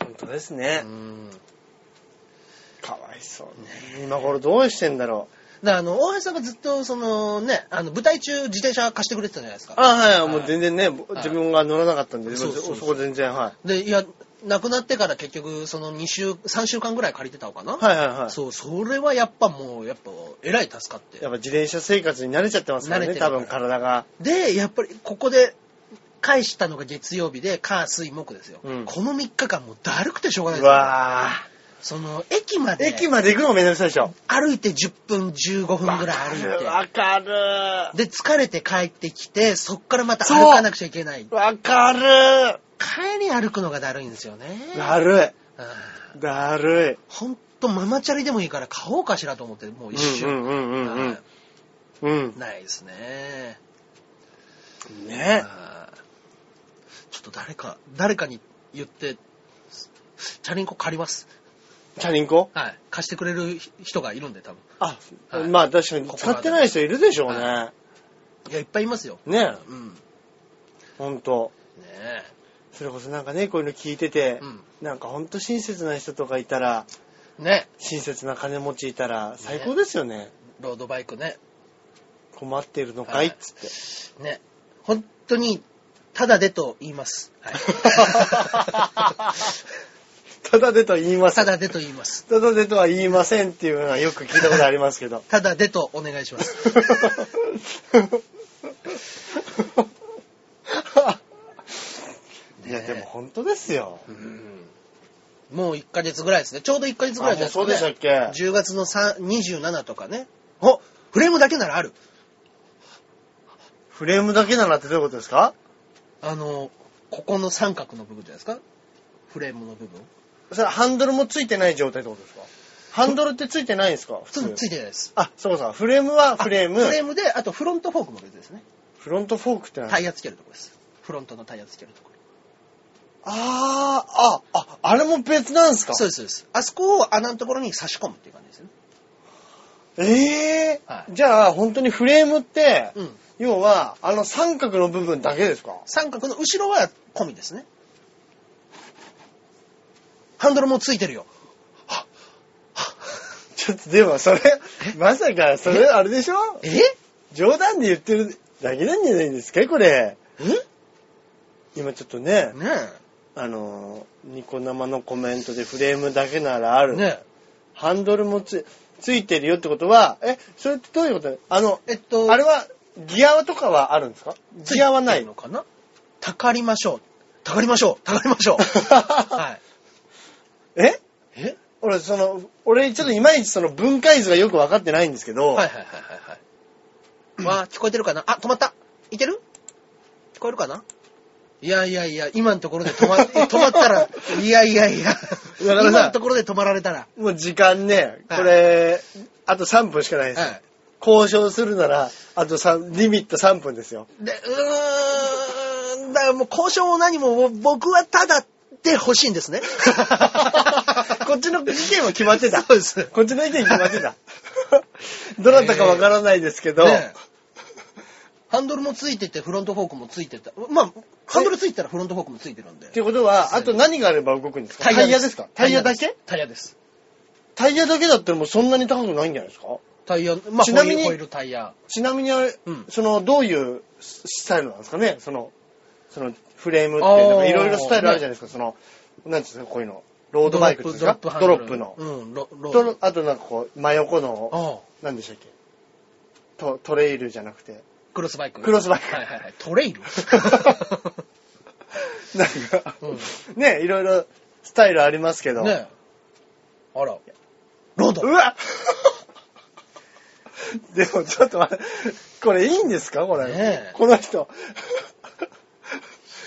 [SPEAKER 2] 本当です
[SPEAKER 1] う
[SPEAKER 2] ね。
[SPEAKER 1] ん。
[SPEAKER 2] かわいそうね。今頃どうしてんだろう。
[SPEAKER 1] だからあの、大橋さんがずっと、そのね、あの、舞台中、自転車貸してくれてたじゃないですか。
[SPEAKER 2] あーはい、
[SPEAKER 1] はい
[SPEAKER 2] もう全然ね、自分が乗らなかったんで、
[SPEAKER 1] そうそうそう
[SPEAKER 2] そこ全然、はい。
[SPEAKER 1] で、いや、亡くなってから結局、その2週、3週間ぐらい借りてたのかな、
[SPEAKER 2] はいはいはい。
[SPEAKER 1] そう、それはやっぱもう、やっぱ、えらい助かって。
[SPEAKER 2] やっぱ自転車生活に慣れちゃってますか
[SPEAKER 1] 慣
[SPEAKER 2] ら
[SPEAKER 1] れ
[SPEAKER 2] ね、
[SPEAKER 1] てるか
[SPEAKER 2] 多
[SPEAKER 1] ら
[SPEAKER 2] 分体が。
[SPEAKER 1] で、やっぱりここで返したのが月曜日で、火、水、木ですよ。
[SPEAKER 2] うん
[SPEAKER 1] この3日間もうだるくてしょうがないうですよ
[SPEAKER 2] わ
[SPEAKER 1] その、駅ま
[SPEAKER 2] ー。
[SPEAKER 1] で
[SPEAKER 2] 駅まで行くのめんどくさいでしょ。
[SPEAKER 1] 歩いて10分、15分ぐらい歩い
[SPEAKER 2] わかる。わか
[SPEAKER 1] て。で、疲れて帰ってきて、そっからまた
[SPEAKER 2] そう
[SPEAKER 1] 歩かなくちゃいけない。
[SPEAKER 2] る。わかる。
[SPEAKER 1] 帰り歩くのがだるいんですよね。
[SPEAKER 2] だる
[SPEAKER 1] あー
[SPEAKER 2] い。だる
[SPEAKER 1] ほんと、ママチャリでもいいから買おうかしらと思って、もう
[SPEAKER 2] い。
[SPEAKER 1] 一瞬。
[SPEAKER 2] うんうんうんうん
[SPEAKER 1] あ
[SPEAKER 2] うん。
[SPEAKER 1] ーないですね。
[SPEAKER 2] うん。ね。
[SPEAKER 1] あーちょっと誰か、誰かに言って、チャリンコ借ります。
[SPEAKER 2] チャリンコ
[SPEAKER 1] はい。貸してくれる人がいるんで、多分。
[SPEAKER 2] あ
[SPEAKER 1] はい、
[SPEAKER 2] まあ確かに
[SPEAKER 1] ここ
[SPEAKER 2] 使
[SPEAKER 1] まで
[SPEAKER 2] ってない人いるでしょうね
[SPEAKER 1] は。いや、いっぱいいますよ。
[SPEAKER 2] ね。
[SPEAKER 1] うん。ね
[SPEAKER 2] ほんと。
[SPEAKER 1] え。
[SPEAKER 2] それこそなんかね、こういうの聞いてて
[SPEAKER 1] う、ん。
[SPEAKER 2] なんかほんと親切な人とかいたら、
[SPEAKER 1] ね
[SPEAKER 2] 親切な金持ちいたら最高ですよね。
[SPEAKER 1] ロードバイクね。
[SPEAKER 2] 困ってるのかい
[SPEAKER 1] は
[SPEAKER 2] っ
[SPEAKER 1] い
[SPEAKER 2] つって。
[SPEAKER 1] ね本当 に、ただでと言います。はい。
[SPEAKER 2] ただでと言いませ
[SPEAKER 1] た
[SPEAKER 2] ん。た
[SPEAKER 1] だでと言います。
[SPEAKER 2] だでとは言いませんっていうのはよく聞いたことありますけど。
[SPEAKER 1] ただでとお願いします。
[SPEAKER 2] いや、でも本当ですよ。
[SPEAKER 1] うんもう1ヶ月ぐらいですね。ちょうど1ヶ月ぐらいじゃないですか、ね。
[SPEAKER 2] あもうそうでしたっけ
[SPEAKER 1] 10月の3 27とかね。おフレームだけならある。
[SPEAKER 2] フレームだけならってどういうことですか
[SPEAKER 1] あの、ここの三角の部分じゃないですか。フレームの部分。
[SPEAKER 2] それハンドルもついてない状態ってことですかハンドルってついてないんですか普
[SPEAKER 1] つ
[SPEAKER 2] 通
[SPEAKER 1] つ。いてないです。
[SPEAKER 2] あ、そうそう。フレームはフレーム
[SPEAKER 1] フ。レームで、あとフロントフォークも別ですね。
[SPEAKER 2] フロントフォークって何
[SPEAKER 1] タイヤつけるとこです。フロントのタイヤつけるとこ。
[SPEAKER 2] あー、あ、あ、あれも別なんですか
[SPEAKER 1] そうです、そうです。あそこを穴のところに差し込むっていう感じですね。
[SPEAKER 2] ええー
[SPEAKER 1] はい
[SPEAKER 2] じゃあ、本当にフレームって、
[SPEAKER 1] うん。
[SPEAKER 2] 要は、あの三角の部分だけですか
[SPEAKER 1] 三角の後ろは込みですね。ハンドルもついてるよ。
[SPEAKER 2] ちょっとでも、それ、 まさか、それ、あれでしょ
[SPEAKER 1] え
[SPEAKER 2] 冗談で言ってるだけなんじゃないですかこれ。
[SPEAKER 1] え
[SPEAKER 2] 今ちょっとね、
[SPEAKER 1] ね
[SPEAKER 2] あのー、ニコ生のコメントでフレームだけならあ
[SPEAKER 1] え。
[SPEAKER 2] る。
[SPEAKER 1] ね
[SPEAKER 2] ハンドルもつついてるよってことは、え、それってどういうことあの、
[SPEAKER 1] え。えっと、
[SPEAKER 2] あれは、ギアとかはあるんですか
[SPEAKER 1] つい
[SPEAKER 2] ギアはな
[SPEAKER 1] て
[SPEAKER 2] い
[SPEAKER 1] るの。かなたかりましょう。たかりましょう。たかりま しょう。はい。
[SPEAKER 2] え
[SPEAKER 1] え
[SPEAKER 2] 俺、その、俺、ちょっといまいちその分解図がよく分かってないんですけど、
[SPEAKER 1] はいはいはいはいはい。 わあ、聞こえてるかなあ、止まった。いける聞こえるかないやいやいや、今のところで 止ま、止まったら、いやいやいや、
[SPEAKER 2] だからさ
[SPEAKER 1] 今のところで止まられたら、
[SPEAKER 2] もう時間ね、
[SPEAKER 1] はい
[SPEAKER 2] これ、あと3分しかないですよ。
[SPEAKER 1] は
[SPEAKER 2] 交渉するなら、あと3、リミット3分ですよ。
[SPEAKER 1] い。で、うーん、だからもう交渉も何も、もう僕はただで欲しいんです ね。
[SPEAKER 2] こっちの意見は決まってた。
[SPEAKER 1] そうです。
[SPEAKER 2] こっちの意見決まってた。 どなたかわからないですけど、
[SPEAKER 1] ねえハンドルもついてて、フロントフォークもついてた。まあ、ハンドルついてたらフロントフォークもついてるんで
[SPEAKER 2] って。ことは、あと何があれば動くんですかタイヤですかタイヤだけ
[SPEAKER 1] タイヤです。
[SPEAKER 2] タイヤだけだってもうそんなに高くないんじゃないですか
[SPEAKER 1] タイヤ、まあ、
[SPEAKER 2] ちなみに
[SPEAKER 1] ホイールタイヤ。
[SPEAKER 2] ちなみにあれ、
[SPEAKER 1] うん
[SPEAKER 2] その、どういうスタイルなんですかねその、その、フレームって、なんかいろいろスタイルあるじゃないですか、その、なんていうんですか、こういうの。ロードバイクっていうんですかド
[SPEAKER 1] ドロ
[SPEAKER 2] ロッ
[SPEAKER 1] ッ
[SPEAKER 2] プ
[SPEAKER 1] プ
[SPEAKER 2] の。
[SPEAKER 1] の。うん、ロロ
[SPEAKER 2] と
[SPEAKER 1] ー
[SPEAKER 2] あとなんかこう、真横の、
[SPEAKER 1] ド。あ
[SPEAKER 2] なんでしたっけトトレイルじゃなく て、
[SPEAKER 1] あクロスバイク。
[SPEAKER 2] クロスバイク
[SPEAKER 1] はいはいはい。トレイ ル
[SPEAKER 2] なんか、
[SPEAKER 1] う
[SPEAKER 2] ね、いろいろスタイルありますけど。
[SPEAKER 1] ねえ。あら。ロード
[SPEAKER 2] うわでもちょっと待って、これいいんですかこれ。
[SPEAKER 1] ねえ
[SPEAKER 2] この人。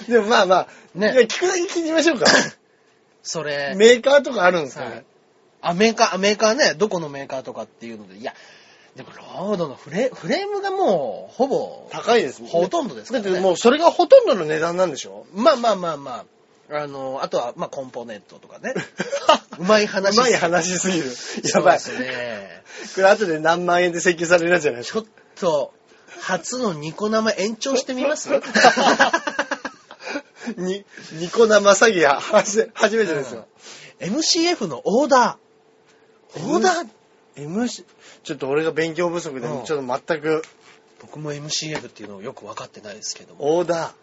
[SPEAKER 2] でもまあまあ、
[SPEAKER 1] ねえ
[SPEAKER 2] いや聞くだけ聞いてみま しょうか。
[SPEAKER 1] それ、
[SPEAKER 2] メーカーとかあるんですかね、
[SPEAKER 1] はいアメーカー、アメーカーね、どこのメーカーとかっていうので、いや、でもロードのフレフレームがもう、ほぼ、
[SPEAKER 2] 高いですもんね
[SPEAKER 1] ほとんどですか
[SPEAKER 2] だ
[SPEAKER 1] ら
[SPEAKER 2] っ
[SPEAKER 1] ね。
[SPEAKER 2] てもうそれがほとんどの値段なんでしょ
[SPEAKER 1] まあまあまあまあ、あの、あとは、まあ、コンポーネントとか ね。 うまい話
[SPEAKER 2] うまい話すぎる。やばい。
[SPEAKER 1] そうですね。
[SPEAKER 2] これ後で何万円で請求されるやつじゃないです
[SPEAKER 1] ち
[SPEAKER 2] か。
[SPEAKER 1] ょっと、初のニコ生延長してみます
[SPEAKER 2] に、ニコ生詐欺は初初めてですよ。
[SPEAKER 1] ?MCF のオーダー。オーダー
[SPEAKER 2] MC、ちょっと俺が勉強不足で、
[SPEAKER 1] うん
[SPEAKER 2] ちょっと全く、
[SPEAKER 1] 僕も MCF っていうのをよく分かってないですけども。
[SPEAKER 2] オーダ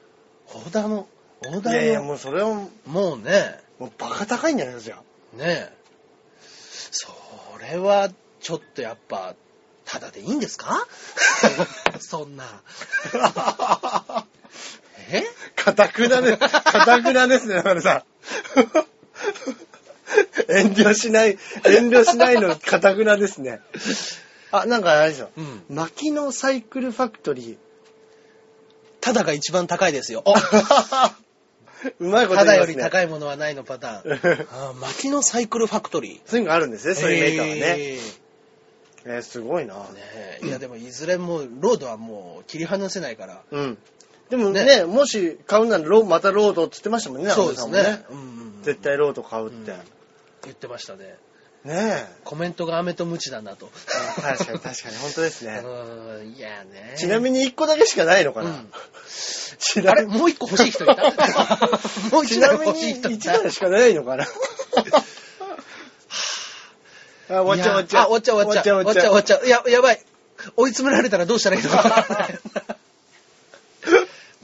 [SPEAKER 1] オーダーの、オー
[SPEAKER 2] ー。
[SPEAKER 1] ダ
[SPEAKER 2] いやい
[SPEAKER 1] ー
[SPEAKER 2] や、
[SPEAKER 1] の、
[SPEAKER 2] もうそれを、も
[SPEAKER 1] もうね、
[SPEAKER 2] うバカ高いんじゃないですか。
[SPEAKER 1] ねえそれは、ちょっとやっぱ、ただでいいんです かそんな。え
[SPEAKER 2] かたくなで、かたくなですね、中野さん。 遠慮しない、遠慮しないのかたくなですね。あ、なんかあれですよ。
[SPEAKER 1] うん。
[SPEAKER 2] 牧野サイクルファクトリ
[SPEAKER 1] ただが一番高いですよ。
[SPEAKER 2] ー。うまいこと
[SPEAKER 1] ただ
[SPEAKER 2] 言いま
[SPEAKER 1] よ
[SPEAKER 2] す
[SPEAKER 1] り
[SPEAKER 2] ね。
[SPEAKER 1] 高いものはないのパタ ーン。
[SPEAKER 2] 高い。
[SPEAKER 1] あー牧野サイクルファクトリー。
[SPEAKER 2] そういうのがあるんですね、そういうメーカーはね。
[SPEAKER 1] え
[SPEAKER 2] えーすごいな。
[SPEAKER 1] ーねえいやでもいずれもうロードはもう切り離せないから。
[SPEAKER 2] うん。でもね、
[SPEAKER 1] ね
[SPEAKER 2] もし買うならローまたロードって言ってましたもんね、
[SPEAKER 1] そうです
[SPEAKER 2] 中野さんも
[SPEAKER 1] ね。うんうん、
[SPEAKER 2] 絶対ロード買うって。
[SPEAKER 1] うん言ってましたね。
[SPEAKER 2] ねえ。
[SPEAKER 1] コメントが飴とムチだなと。
[SPEAKER 2] 確かに確かに、本当ですね。
[SPEAKER 1] うんいやね。
[SPEAKER 2] ちなみに1個だけしかないのかな、
[SPEAKER 1] うん
[SPEAKER 2] ち
[SPEAKER 1] あ
[SPEAKER 2] な
[SPEAKER 1] れ
[SPEAKER 2] みに
[SPEAKER 1] もう一個欲し い人いたもう
[SPEAKER 2] ち
[SPEAKER 1] 一
[SPEAKER 2] な
[SPEAKER 1] 台
[SPEAKER 2] みに
[SPEAKER 1] 欲しい人い
[SPEAKER 2] 1
[SPEAKER 1] た。
[SPEAKER 2] 台しかないのかなあ、終わっちゃう
[SPEAKER 1] いやあ、終わっちゃう終わっちゃう。終わっちゃう終わっちゃう。いや、やばい。追い詰められたらどうしたらいいのかわかん ない。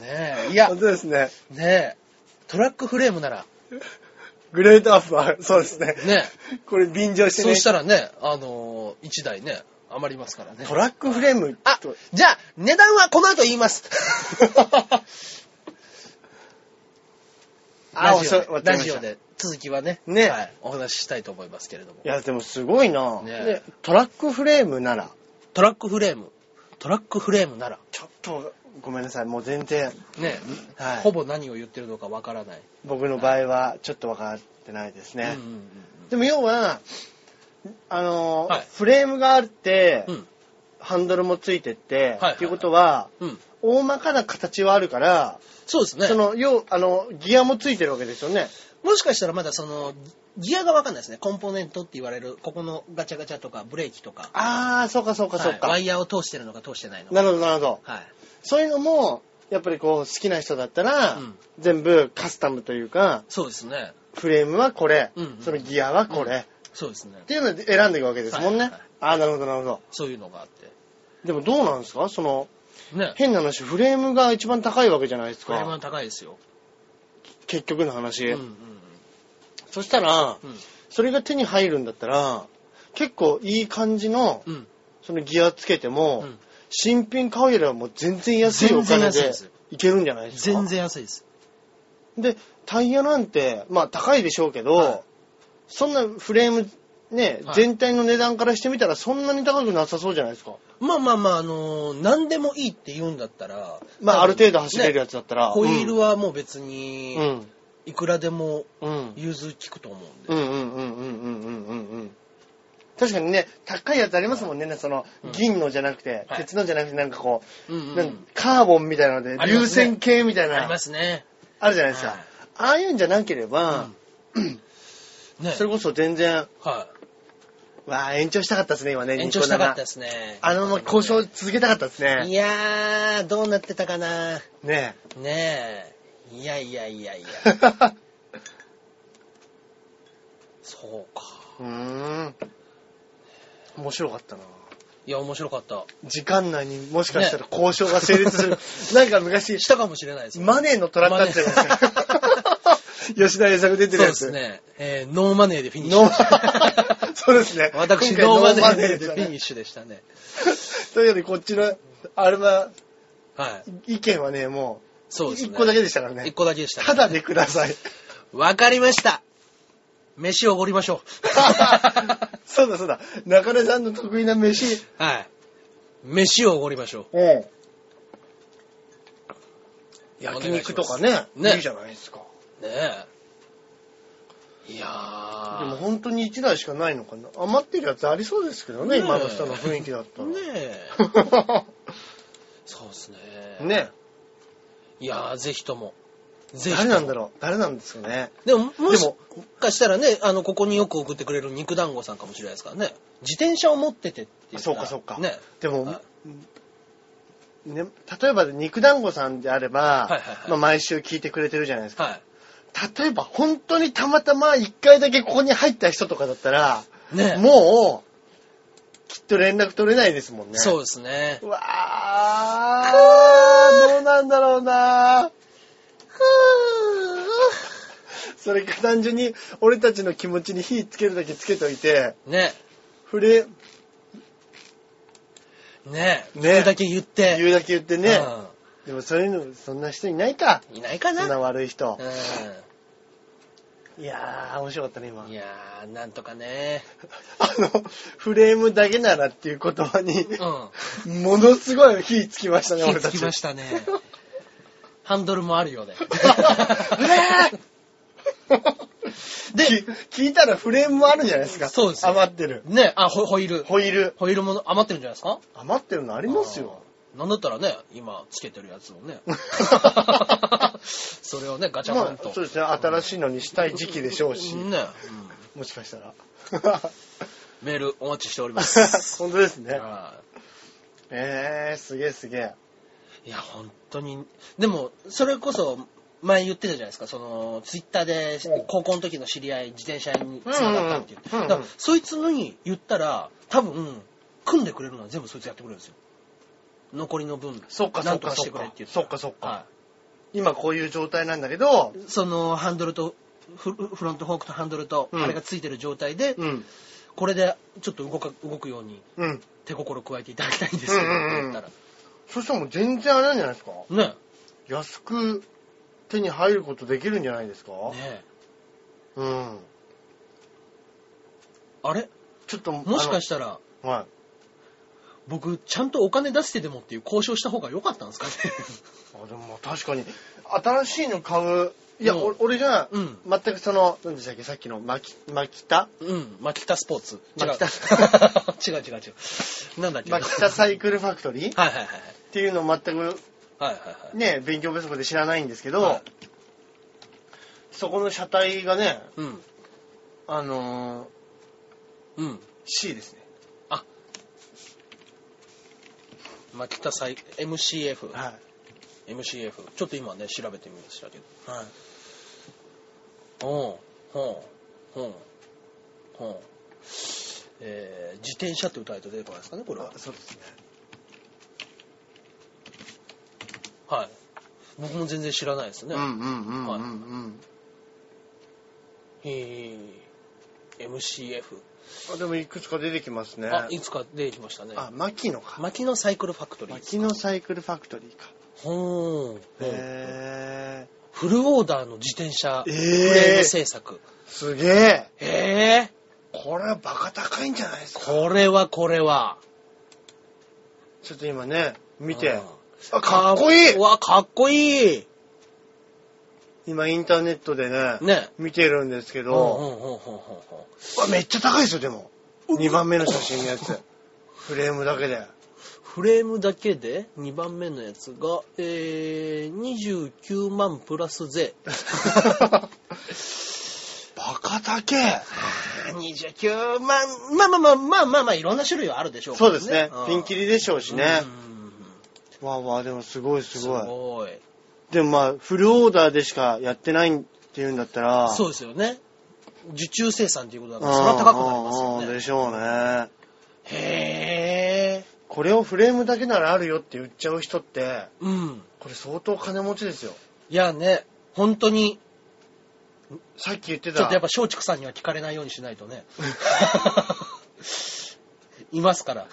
[SPEAKER 1] ねえ、いや、
[SPEAKER 2] 本
[SPEAKER 1] ね
[SPEAKER 2] 当ですね。
[SPEAKER 1] え、トラックフレームなら、
[SPEAKER 2] グレートアップは、そうですね。
[SPEAKER 1] ね。
[SPEAKER 2] これ便乗してね。
[SPEAKER 1] そうしたらね、あのー、1台ね、余りますからね。
[SPEAKER 2] トラックフレーム
[SPEAKER 1] あ
[SPEAKER 2] と、、
[SPEAKER 1] じゃあ、値段はこの後言い ます。
[SPEAKER 2] あ
[SPEAKER 1] ラジオ
[SPEAKER 2] わ
[SPEAKER 1] で、ラ
[SPEAKER 2] かりまし
[SPEAKER 1] ジ
[SPEAKER 2] た
[SPEAKER 1] オで続きはね、
[SPEAKER 2] ね
[SPEAKER 1] はい、お話ししたいと思いますけれども
[SPEAKER 2] い。や、でもすごいな、
[SPEAKER 1] ね
[SPEAKER 2] でトラックフレームなら、
[SPEAKER 1] トラックフレーム、トラックフレームなら、
[SPEAKER 2] ちょっと、ごめんなさい、もう全然、
[SPEAKER 1] ね、
[SPEAKER 2] はい
[SPEAKER 1] ほぼ何を言ってるのかわからない。
[SPEAKER 2] 僕の場合は、ちょっと分かってないですね。
[SPEAKER 1] うんうんうん
[SPEAKER 2] でも要は、あのー、
[SPEAKER 1] はい
[SPEAKER 2] フレームがあって、
[SPEAKER 1] うん
[SPEAKER 2] ハンドルもついてって、
[SPEAKER 1] はい
[SPEAKER 2] っていうことは、
[SPEAKER 1] うん、
[SPEAKER 2] 大まかな形はあるから、
[SPEAKER 1] そうですね
[SPEAKER 2] そ。の、要、あの、ギアもついてるわけですよね。
[SPEAKER 1] もしかしたらまだその、ギアがわかんないですね。コンポーネントって言われる、ここのガチャガチャとか、ブレーキとか、
[SPEAKER 2] あー、そうかそうかそう
[SPEAKER 1] は
[SPEAKER 2] か。
[SPEAKER 1] いワイヤーを通してるのか通してないのか。
[SPEAKER 2] なるほど、なるほど。
[SPEAKER 1] はい。
[SPEAKER 2] そういうのも、やっぱりこう、好きな人だったら、
[SPEAKER 1] うん
[SPEAKER 2] 全部カスタムというか、
[SPEAKER 1] そうですね。
[SPEAKER 2] フレームはこれ、
[SPEAKER 1] うんうん
[SPEAKER 2] そのギアはこれ、っ
[SPEAKER 1] そうですね。
[SPEAKER 2] ていうので選んでいくわけですもんね。
[SPEAKER 1] はいはい
[SPEAKER 2] あー、なるほど、なるほど。
[SPEAKER 1] そういうのがあって。
[SPEAKER 2] でもどうなんですかその、
[SPEAKER 1] ね。
[SPEAKER 2] 変な話、フレームが一番高いわけじゃないです
[SPEAKER 1] これも
[SPEAKER 2] か。
[SPEAKER 1] 高いですよ。
[SPEAKER 2] 結局の話。
[SPEAKER 1] うんうん
[SPEAKER 2] そしたら、
[SPEAKER 1] うん。
[SPEAKER 2] それが手に入るんだったら、結構いい感じの、
[SPEAKER 1] うん。うん。
[SPEAKER 2] そのギアつけても、
[SPEAKER 1] うん
[SPEAKER 2] 新品買うよりはもう全然安いお
[SPEAKER 1] 全然
[SPEAKER 2] 金
[SPEAKER 1] 安い
[SPEAKER 2] で
[SPEAKER 1] です
[SPEAKER 2] いけるんじゃないですか。
[SPEAKER 1] 全然安いです。
[SPEAKER 2] で、タイヤなんて、まあ高いでしょうけど、
[SPEAKER 1] はい
[SPEAKER 2] そんなフレーム、ね、
[SPEAKER 1] はい
[SPEAKER 2] 全体の値段からしてみたらそんなに高くなさそうじゃないですか。
[SPEAKER 1] まあまあまあ、あのー何でもいいって言うんだったら、
[SPEAKER 2] まあある程度走れる
[SPEAKER 1] ね
[SPEAKER 2] やつだったら。
[SPEAKER 1] ホイールはもう別に
[SPEAKER 2] う、ん。
[SPEAKER 1] いくらでも
[SPEAKER 2] うん。
[SPEAKER 1] 融通聞くと思うんで。
[SPEAKER 2] うんうんうんうんうんうんうんうん。確かにね、高いやつありますもんね、その、
[SPEAKER 1] うん
[SPEAKER 2] 銀のじゃなくて、
[SPEAKER 1] はい
[SPEAKER 2] 鉄のじゃなくて、なんかこう、
[SPEAKER 1] うんうんうん
[SPEAKER 2] なんかカーボンみたいなので、
[SPEAKER 1] ありま
[SPEAKER 2] 流
[SPEAKER 1] すね
[SPEAKER 2] 線形みた
[SPEAKER 1] あ
[SPEAKER 2] いな、
[SPEAKER 1] りますね。
[SPEAKER 2] あるじゃないですか。
[SPEAKER 1] はい
[SPEAKER 2] ああいうんじゃなければ、
[SPEAKER 1] ね。
[SPEAKER 2] それこそ全然、
[SPEAKER 1] は
[SPEAKER 2] わあ延長したかったですね、今ね、。
[SPEAKER 1] い。延長したかったですすね。
[SPEAKER 2] あのまま交渉続けたかったです
[SPEAKER 1] い
[SPEAKER 2] ね。
[SPEAKER 1] やー、どうなってたかな。
[SPEAKER 2] ね
[SPEAKER 1] ねえ。いやいやいやいや。
[SPEAKER 2] え。う
[SPEAKER 1] そうか。
[SPEAKER 2] ーん。面白かったな。
[SPEAKER 1] いや、面白かった。
[SPEAKER 2] 時間内にもしかしたら交渉が成立する。なん か昔、
[SPEAKER 1] したかもしれないですよ。
[SPEAKER 2] マネーのトラックになっちゃいました
[SPEAKER 1] マネー
[SPEAKER 2] 吉田栄作出てる
[SPEAKER 1] そう
[SPEAKER 2] や
[SPEAKER 1] で
[SPEAKER 2] つ。
[SPEAKER 1] すね。えーノーマネーでフィニッシ
[SPEAKER 2] ノ
[SPEAKER 1] ュ
[SPEAKER 2] ー。 そうですね。
[SPEAKER 1] 私、
[SPEAKER 2] 今回
[SPEAKER 1] ノーマネー
[SPEAKER 2] で
[SPEAKER 1] で
[SPEAKER 2] し
[SPEAKER 1] フ
[SPEAKER 2] た
[SPEAKER 1] ィ
[SPEAKER 2] ね
[SPEAKER 1] ニッシュでしたね。
[SPEAKER 2] というより、こっちの、あれは、
[SPEAKER 1] はい。
[SPEAKER 2] 意見はね、も
[SPEAKER 1] そう
[SPEAKER 2] う、
[SPEAKER 1] ですね。
[SPEAKER 2] 一個だけでしたから
[SPEAKER 1] 一
[SPEAKER 2] ね。
[SPEAKER 1] 個だけでしたね。
[SPEAKER 2] ただでく ださい。
[SPEAKER 1] わかりました。飯をおごりまし ょう。
[SPEAKER 2] そうだそうだ。中根さんの得意な飯。
[SPEAKER 1] はい。飯をおごりましょ
[SPEAKER 2] 焼肉とかね。
[SPEAKER 1] お願いしますね
[SPEAKER 2] いいじゃないですか。
[SPEAKER 1] う。ねえ。いや
[SPEAKER 2] でも
[SPEAKER 1] ー。
[SPEAKER 2] 本当に1台しかないのかな。余ってるやつありそうですけどね、
[SPEAKER 1] ねえ
[SPEAKER 2] 今の人の雰囲気だったら。
[SPEAKER 1] ねえ。そうですね。
[SPEAKER 2] ね
[SPEAKER 1] いやー、ぜひとも。ぜひと
[SPEAKER 2] 誰
[SPEAKER 1] も
[SPEAKER 2] なんだろう誰なんですかね。
[SPEAKER 1] でも、も
[SPEAKER 2] で
[SPEAKER 1] し
[SPEAKER 2] も
[SPEAKER 1] かしたらね、あの、ここによく送ってくれる肉団子さんかもしれないですからね。自転車を持っててって言った
[SPEAKER 2] そう
[SPEAKER 1] ら
[SPEAKER 2] かそうか。
[SPEAKER 1] ね。
[SPEAKER 2] でも、
[SPEAKER 1] はい
[SPEAKER 2] ね、例えば肉団子さんであれば、
[SPEAKER 1] はいはいはい
[SPEAKER 2] まあ、毎週聞いてくれてるじゃないですか。
[SPEAKER 1] は
[SPEAKER 2] 例えば本当にたまたま一回だけここに入った人とかだったら、
[SPEAKER 1] い。ね。
[SPEAKER 2] もう、きっと連絡取れないですもんね。
[SPEAKER 1] そうですね。
[SPEAKER 2] うわー、どうなんだろうなー。それか単純に俺たちの気持ちに火つけるだけつけといて、
[SPEAKER 1] ね。
[SPEAKER 2] 触れ、
[SPEAKER 1] ね。
[SPEAKER 2] ね
[SPEAKER 1] それだけ言って。
[SPEAKER 2] 言うだけ言ってね。
[SPEAKER 1] うん
[SPEAKER 2] でもそういうの、そんな人いないか。
[SPEAKER 1] いないか
[SPEAKER 2] そんな
[SPEAKER 1] な。
[SPEAKER 2] 悪い人。
[SPEAKER 1] う
[SPEAKER 2] いやー、面白かったね、今
[SPEAKER 1] ん。い。やー、なんとかね。
[SPEAKER 2] あの、フレームだけならっていう言葉に、
[SPEAKER 1] うん。
[SPEAKER 2] ものすごい火つきましたね、
[SPEAKER 1] 火
[SPEAKER 2] 俺た
[SPEAKER 1] つ
[SPEAKER 2] ち。
[SPEAKER 1] きましたね。ハンドルもあるよ ね。
[SPEAKER 2] で、聞いたらフレームもあるんじゃないですか。
[SPEAKER 1] そうですよ
[SPEAKER 2] 余ってる。
[SPEAKER 1] ね、あ、ホホイール。
[SPEAKER 2] ホイール。
[SPEAKER 1] ホイールも余ってるんじゃないですか
[SPEAKER 2] 余ってるのありますよ。
[SPEAKER 1] あー。なんだったらね、今つけてるやつを ね。それをね、ガチャ
[SPEAKER 2] ま
[SPEAKER 1] コン
[SPEAKER 2] あ、
[SPEAKER 1] と。
[SPEAKER 2] そうですね。新しいのにしたい時期でしょうし、
[SPEAKER 1] ね、
[SPEAKER 2] もしかし たら。
[SPEAKER 1] うんメールお待ちしており ます。
[SPEAKER 2] 本当ですね。
[SPEAKER 1] は
[SPEAKER 2] えー、すげえすげえ。
[SPEAKER 1] いいや、本当に。でも、それこそ、前言ってたじゃないですか、その、ツイッターで
[SPEAKER 2] うん、
[SPEAKER 1] 高校の時の知り合い、自転車に繋がったって言って。
[SPEAKER 2] うんうんうん
[SPEAKER 1] だから、そいつのに言ったら、多分、組んでくれるのは全部そいつやってくれるんですよ。残りの分、
[SPEAKER 2] そっか
[SPEAKER 1] な
[SPEAKER 2] そ
[SPEAKER 1] ん
[SPEAKER 2] っ
[SPEAKER 1] と
[SPEAKER 2] か
[SPEAKER 1] かし
[SPEAKER 2] そ
[SPEAKER 1] て
[SPEAKER 2] っ
[SPEAKER 1] くれっ
[SPEAKER 2] か
[SPEAKER 1] て言。った
[SPEAKER 2] そ
[SPEAKER 1] ら
[SPEAKER 2] っかそっか
[SPEAKER 1] は。
[SPEAKER 2] 今こういう状態なんだけど、
[SPEAKER 1] いその、ハンドルとフフロントフォークとハンドルと、
[SPEAKER 2] うん
[SPEAKER 1] あれがついてる状態で、
[SPEAKER 2] うん。
[SPEAKER 1] これでちょっと動か動くように
[SPEAKER 2] うん。
[SPEAKER 1] 手心加えていただきたいんですけど、
[SPEAKER 2] うんうんうん
[SPEAKER 1] って言ったら。
[SPEAKER 2] そしたらもう全然あれなんじゃないですか
[SPEAKER 1] ね
[SPEAKER 2] 安く手に入ることできるんじゃないですか
[SPEAKER 1] え。ねえ
[SPEAKER 2] うん。
[SPEAKER 1] あれ
[SPEAKER 2] ちょっと、
[SPEAKER 1] もしか
[SPEAKER 2] し
[SPEAKER 1] したら、
[SPEAKER 2] て。はい。
[SPEAKER 1] 僕、ちゃんとお金出してでもっていう交渉した方が良かったんですかね。
[SPEAKER 2] あでもまあ確かに、新しいの買う。いや、
[SPEAKER 1] うん
[SPEAKER 2] お俺が、
[SPEAKER 1] うん
[SPEAKER 2] 全くその、何でしたっけ、さっきの、巻き、巻きた
[SPEAKER 1] うん、マキタスポーツ。違う
[SPEAKER 2] マキ
[SPEAKER 1] 違う違う違う。なんだっけ。
[SPEAKER 2] 巻きたサイクルファクトリーっ
[SPEAKER 1] はいはいはいはい。
[SPEAKER 2] ていうのを全く
[SPEAKER 1] はいはいはい。
[SPEAKER 2] ね、勉強不足で知らないんですけど、
[SPEAKER 1] はい
[SPEAKER 2] そこの車体がね、
[SPEAKER 1] うん。
[SPEAKER 2] あのー、
[SPEAKER 1] うん。
[SPEAKER 2] C ですね。
[SPEAKER 1] マキタサイ、MCF。
[SPEAKER 2] はい。
[SPEAKER 1] MCF。ちょっと今ね、調べてみましたけど。はい。おうほうほうほうえー、自転車って歌えと出てこないですかね、これは
[SPEAKER 2] あ。そうですね。
[SPEAKER 1] はい。僕も全然知らないですね。
[SPEAKER 2] うんうんうん
[SPEAKER 1] は
[SPEAKER 2] う
[SPEAKER 1] い
[SPEAKER 2] んうん。
[SPEAKER 1] えー MCF。
[SPEAKER 2] あでもいくつか出てきますね。
[SPEAKER 1] あ、いつか出てきましたね。
[SPEAKER 2] あ、牧野か。
[SPEAKER 1] 牧野サイクルファクトリーです。
[SPEAKER 2] 牧野サイクルファクトリーか。
[SPEAKER 1] ほー
[SPEAKER 2] へ
[SPEAKER 1] フルオーダーの自転車
[SPEAKER 2] え
[SPEAKER 1] フ
[SPEAKER 2] ー
[SPEAKER 1] レーム制作。
[SPEAKER 2] ー。すげえ。
[SPEAKER 1] え
[SPEAKER 2] これはバカ高いんじゃないです
[SPEAKER 1] ー、
[SPEAKER 2] か。
[SPEAKER 1] これはこれは。
[SPEAKER 2] ちょっと今ね、見て
[SPEAKER 1] うん。
[SPEAKER 2] あ、かっこいいう
[SPEAKER 1] わ、かっこいい
[SPEAKER 2] 今インターネットでね、
[SPEAKER 1] ね。
[SPEAKER 2] 見てるんですけ
[SPEAKER 1] うん
[SPEAKER 2] ど、
[SPEAKER 1] うんうんうんうんうん
[SPEAKER 2] わめっちゃ高いですよ、でも。2番目の写真のやつ。フレームだけ で。
[SPEAKER 1] フレームだけで2番目のやつが、えー、29万プラス 税。
[SPEAKER 2] バカだけ。
[SPEAKER 1] 29万、まあまあまあまあまあまあ、いろんな種類はあるでしょう
[SPEAKER 2] そうですね。ピンキ
[SPEAKER 1] リ
[SPEAKER 2] リでしょうしね。わあわあ、でもすごいす
[SPEAKER 1] す
[SPEAKER 2] ごい。
[SPEAKER 1] ごい。
[SPEAKER 2] でもまあ、フルオーダーでしかやってないっていうんだったら、
[SPEAKER 1] そう
[SPEAKER 2] う
[SPEAKER 1] ですよね。受注生産ということだ
[SPEAKER 2] ん。
[SPEAKER 1] から、それは高くなりますよ
[SPEAKER 2] うんうんで
[SPEAKER 1] ね。
[SPEAKER 2] しょうね。
[SPEAKER 1] へー。
[SPEAKER 2] これをフレームだけならあるよって言っちゃう人って、
[SPEAKER 1] うん。
[SPEAKER 2] これ相当金持ちですよ。
[SPEAKER 1] いやね、本当に、
[SPEAKER 2] さっき言ってた。
[SPEAKER 1] ちょっとやっぱ松竹さんには聞かれないようにしないと ね。います から。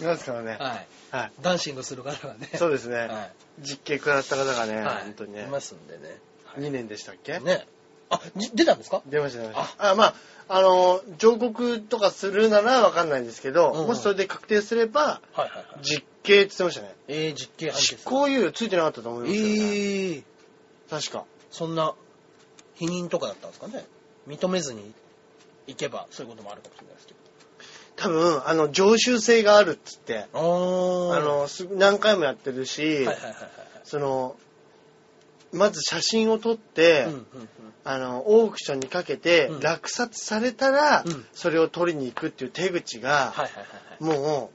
[SPEAKER 2] いますからね。
[SPEAKER 1] はい。
[SPEAKER 2] はい。
[SPEAKER 1] ダンシングする方がね。
[SPEAKER 2] そう
[SPEAKER 1] う
[SPEAKER 2] ですね。
[SPEAKER 1] は
[SPEAKER 2] 実刑食らった方がね、
[SPEAKER 1] い。はい。
[SPEAKER 2] 本当に
[SPEAKER 1] い
[SPEAKER 2] ね。
[SPEAKER 1] ますんでね。
[SPEAKER 2] 2年でしたっけ、
[SPEAKER 1] ね。あ、じ出たんですか
[SPEAKER 2] 出ました、出ました。あまあ、あの、上告とかするならわかんないんですけど、
[SPEAKER 1] うんうん
[SPEAKER 2] もしそれで確定すれば、
[SPEAKER 1] はいはいはい。
[SPEAKER 2] 実刑って言ってましたね。
[SPEAKER 1] えー、実刑判
[SPEAKER 2] 執
[SPEAKER 1] 決。
[SPEAKER 2] 行猶予ついてなかったと思
[SPEAKER 1] え
[SPEAKER 2] いますよ、ね
[SPEAKER 1] ー、
[SPEAKER 2] 確か。
[SPEAKER 1] そんな、否認とかだったんですかね。認めずに行けば、そういうこともあるかもしれないですけど。
[SPEAKER 2] 多分、あの、常習性があるっつって、
[SPEAKER 1] あ
[SPEAKER 2] あ
[SPEAKER 1] の、は
[SPEAKER 2] の、す何回もやってるし、
[SPEAKER 1] いはいはいはい
[SPEAKER 2] その、まず写真を撮って、
[SPEAKER 1] はい。うんうん
[SPEAKER 2] あの、オークションにかけて
[SPEAKER 1] うん、
[SPEAKER 2] 落札されたら、
[SPEAKER 1] うん
[SPEAKER 2] それを取りに行くっていう手口が、
[SPEAKER 1] はいはいはいはい。
[SPEAKER 2] も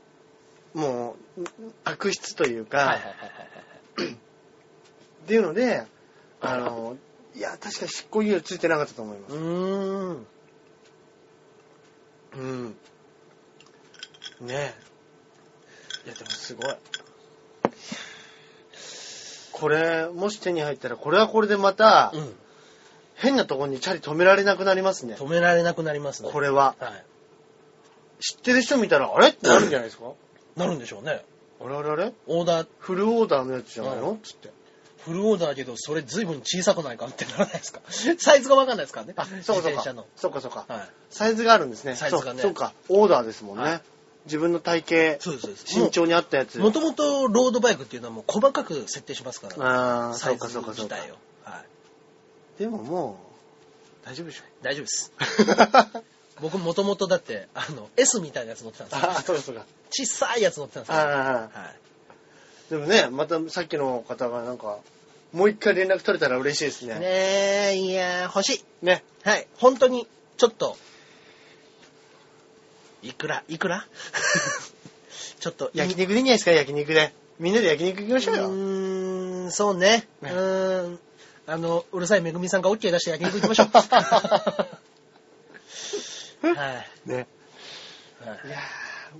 [SPEAKER 2] う、もう、悪質というか、
[SPEAKER 1] はいはいはいはいはい。
[SPEAKER 2] っていうので、あの、いや、確か執行猶予ついてなかったと思います。
[SPEAKER 1] ーん。
[SPEAKER 2] うん。ねえ。いや、でもすごい。これ、もし手に入ったら、これはこれでまた、
[SPEAKER 1] うん。
[SPEAKER 2] 変なとこにチャリ止められなくなりますね。
[SPEAKER 1] 止められなくなりますね。
[SPEAKER 2] これは。
[SPEAKER 1] はい。
[SPEAKER 2] 知ってる人見たら、あれってなるんじゃないですか
[SPEAKER 1] なるんでしょうね。
[SPEAKER 2] あれあれあれ
[SPEAKER 1] オーダー、
[SPEAKER 2] フルオーダーのやつじゃないの、
[SPEAKER 1] うん
[SPEAKER 2] つって。
[SPEAKER 1] フルオーダーだけど、それ随分小さくないかってならないですか。サイズがわかんないですからね。
[SPEAKER 2] あ、そうか
[SPEAKER 1] 自
[SPEAKER 2] そう
[SPEAKER 1] 転車
[SPEAKER 2] か
[SPEAKER 1] の。。
[SPEAKER 2] そうかそうか。
[SPEAKER 1] はい。
[SPEAKER 2] サイズがあるんですね。
[SPEAKER 1] サイズがね
[SPEAKER 2] そうそうか。オーダーですもんね。
[SPEAKER 1] はい
[SPEAKER 2] 自分の体型、
[SPEAKER 1] そうです、そうです。
[SPEAKER 2] 身長に合ったやつ。
[SPEAKER 1] もともとロードバイクっていうのはもう細かく設定しますから、
[SPEAKER 2] ああ、
[SPEAKER 1] サ
[SPEAKER 2] そ
[SPEAKER 1] イ
[SPEAKER 2] うか
[SPEAKER 1] ズ
[SPEAKER 2] そうかそ
[SPEAKER 1] 自
[SPEAKER 2] うか。
[SPEAKER 1] 体を。はい。
[SPEAKER 2] でももう、大丈夫でしょ。
[SPEAKER 1] 大丈夫です。僕もともとだって、あの、S みたいなやつ乗ってたんですよ
[SPEAKER 2] ああ、そうかそうか。
[SPEAKER 1] 小さいやつ乗ってたんですよ。は
[SPEAKER 2] ああ、
[SPEAKER 1] い。
[SPEAKER 2] でもね、またさっきの方がなんか、もう一回連絡取れたら嬉しいですね。ね。
[SPEAKER 1] ねえ、いやー、欲しい。はい、本当に、ちょっと、いくら、いくら ちょっと、
[SPEAKER 2] 焼肉でいいんじゃないですか、焼肉で。みんなで焼肉行きましょう
[SPEAKER 1] う
[SPEAKER 2] よ。
[SPEAKER 1] ーん、そうね。う
[SPEAKER 2] ね
[SPEAKER 1] ーん。あの、うるさいめぐみさんが OK 出して焼肉行きましょう。はい、は
[SPEAKER 2] ね。い
[SPEAKER 1] い
[SPEAKER 2] や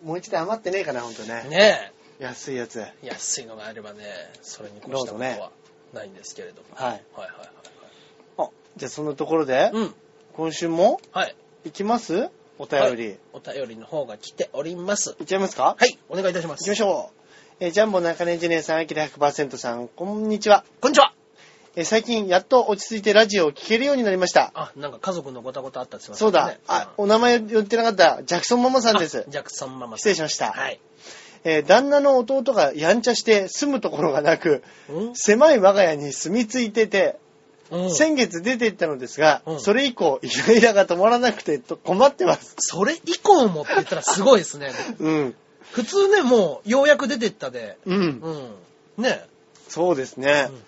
[SPEAKER 2] ーもう一台余ってねえかな、ほんとね。
[SPEAKER 1] ね
[SPEAKER 2] 安いやつ。
[SPEAKER 1] え、安いのがあればね、それに越したこと
[SPEAKER 2] どうぞね
[SPEAKER 1] はないんですけれども。
[SPEAKER 2] はい。
[SPEAKER 1] はいはいはいはい。
[SPEAKER 2] あ、じゃあそんなところで、
[SPEAKER 1] うん。
[SPEAKER 2] 今週も
[SPEAKER 1] はい。
[SPEAKER 2] 行きますお便り。
[SPEAKER 1] はいお便りの方が来ております。
[SPEAKER 2] 行っちゃいますか
[SPEAKER 1] はい。お願いいたしま
[SPEAKER 2] 行
[SPEAKER 1] す。
[SPEAKER 2] きましょう。えージャンボ中根ジェネさん、アキラ100%さん、こんにちは。
[SPEAKER 1] こんにちは。
[SPEAKER 2] えー最近やっと落ち着いてラジオを聴けるようになりました。
[SPEAKER 1] あ、なんか家族のごたごたあったってすいません
[SPEAKER 2] そうだ、あ、お名前言ってなかった、ジャクソンママさんです。
[SPEAKER 1] ジャクソンママ
[SPEAKER 2] 失礼しました。
[SPEAKER 1] はい。
[SPEAKER 2] えー旦那の弟がやんちゃして住むところがなく、
[SPEAKER 1] うん
[SPEAKER 2] 狭い我が家に住み着いてて、
[SPEAKER 1] うん
[SPEAKER 2] 先月出て行ったのですが、
[SPEAKER 1] うん
[SPEAKER 2] それ以降、イライラが止まらなくてと困ってます。
[SPEAKER 1] それ以降もって言ったらすごいですね。
[SPEAKER 2] うん。
[SPEAKER 1] 普通ね、もう、ようやく出てったで。
[SPEAKER 2] うん。
[SPEAKER 1] うん。ね
[SPEAKER 2] そうですね
[SPEAKER 1] うん、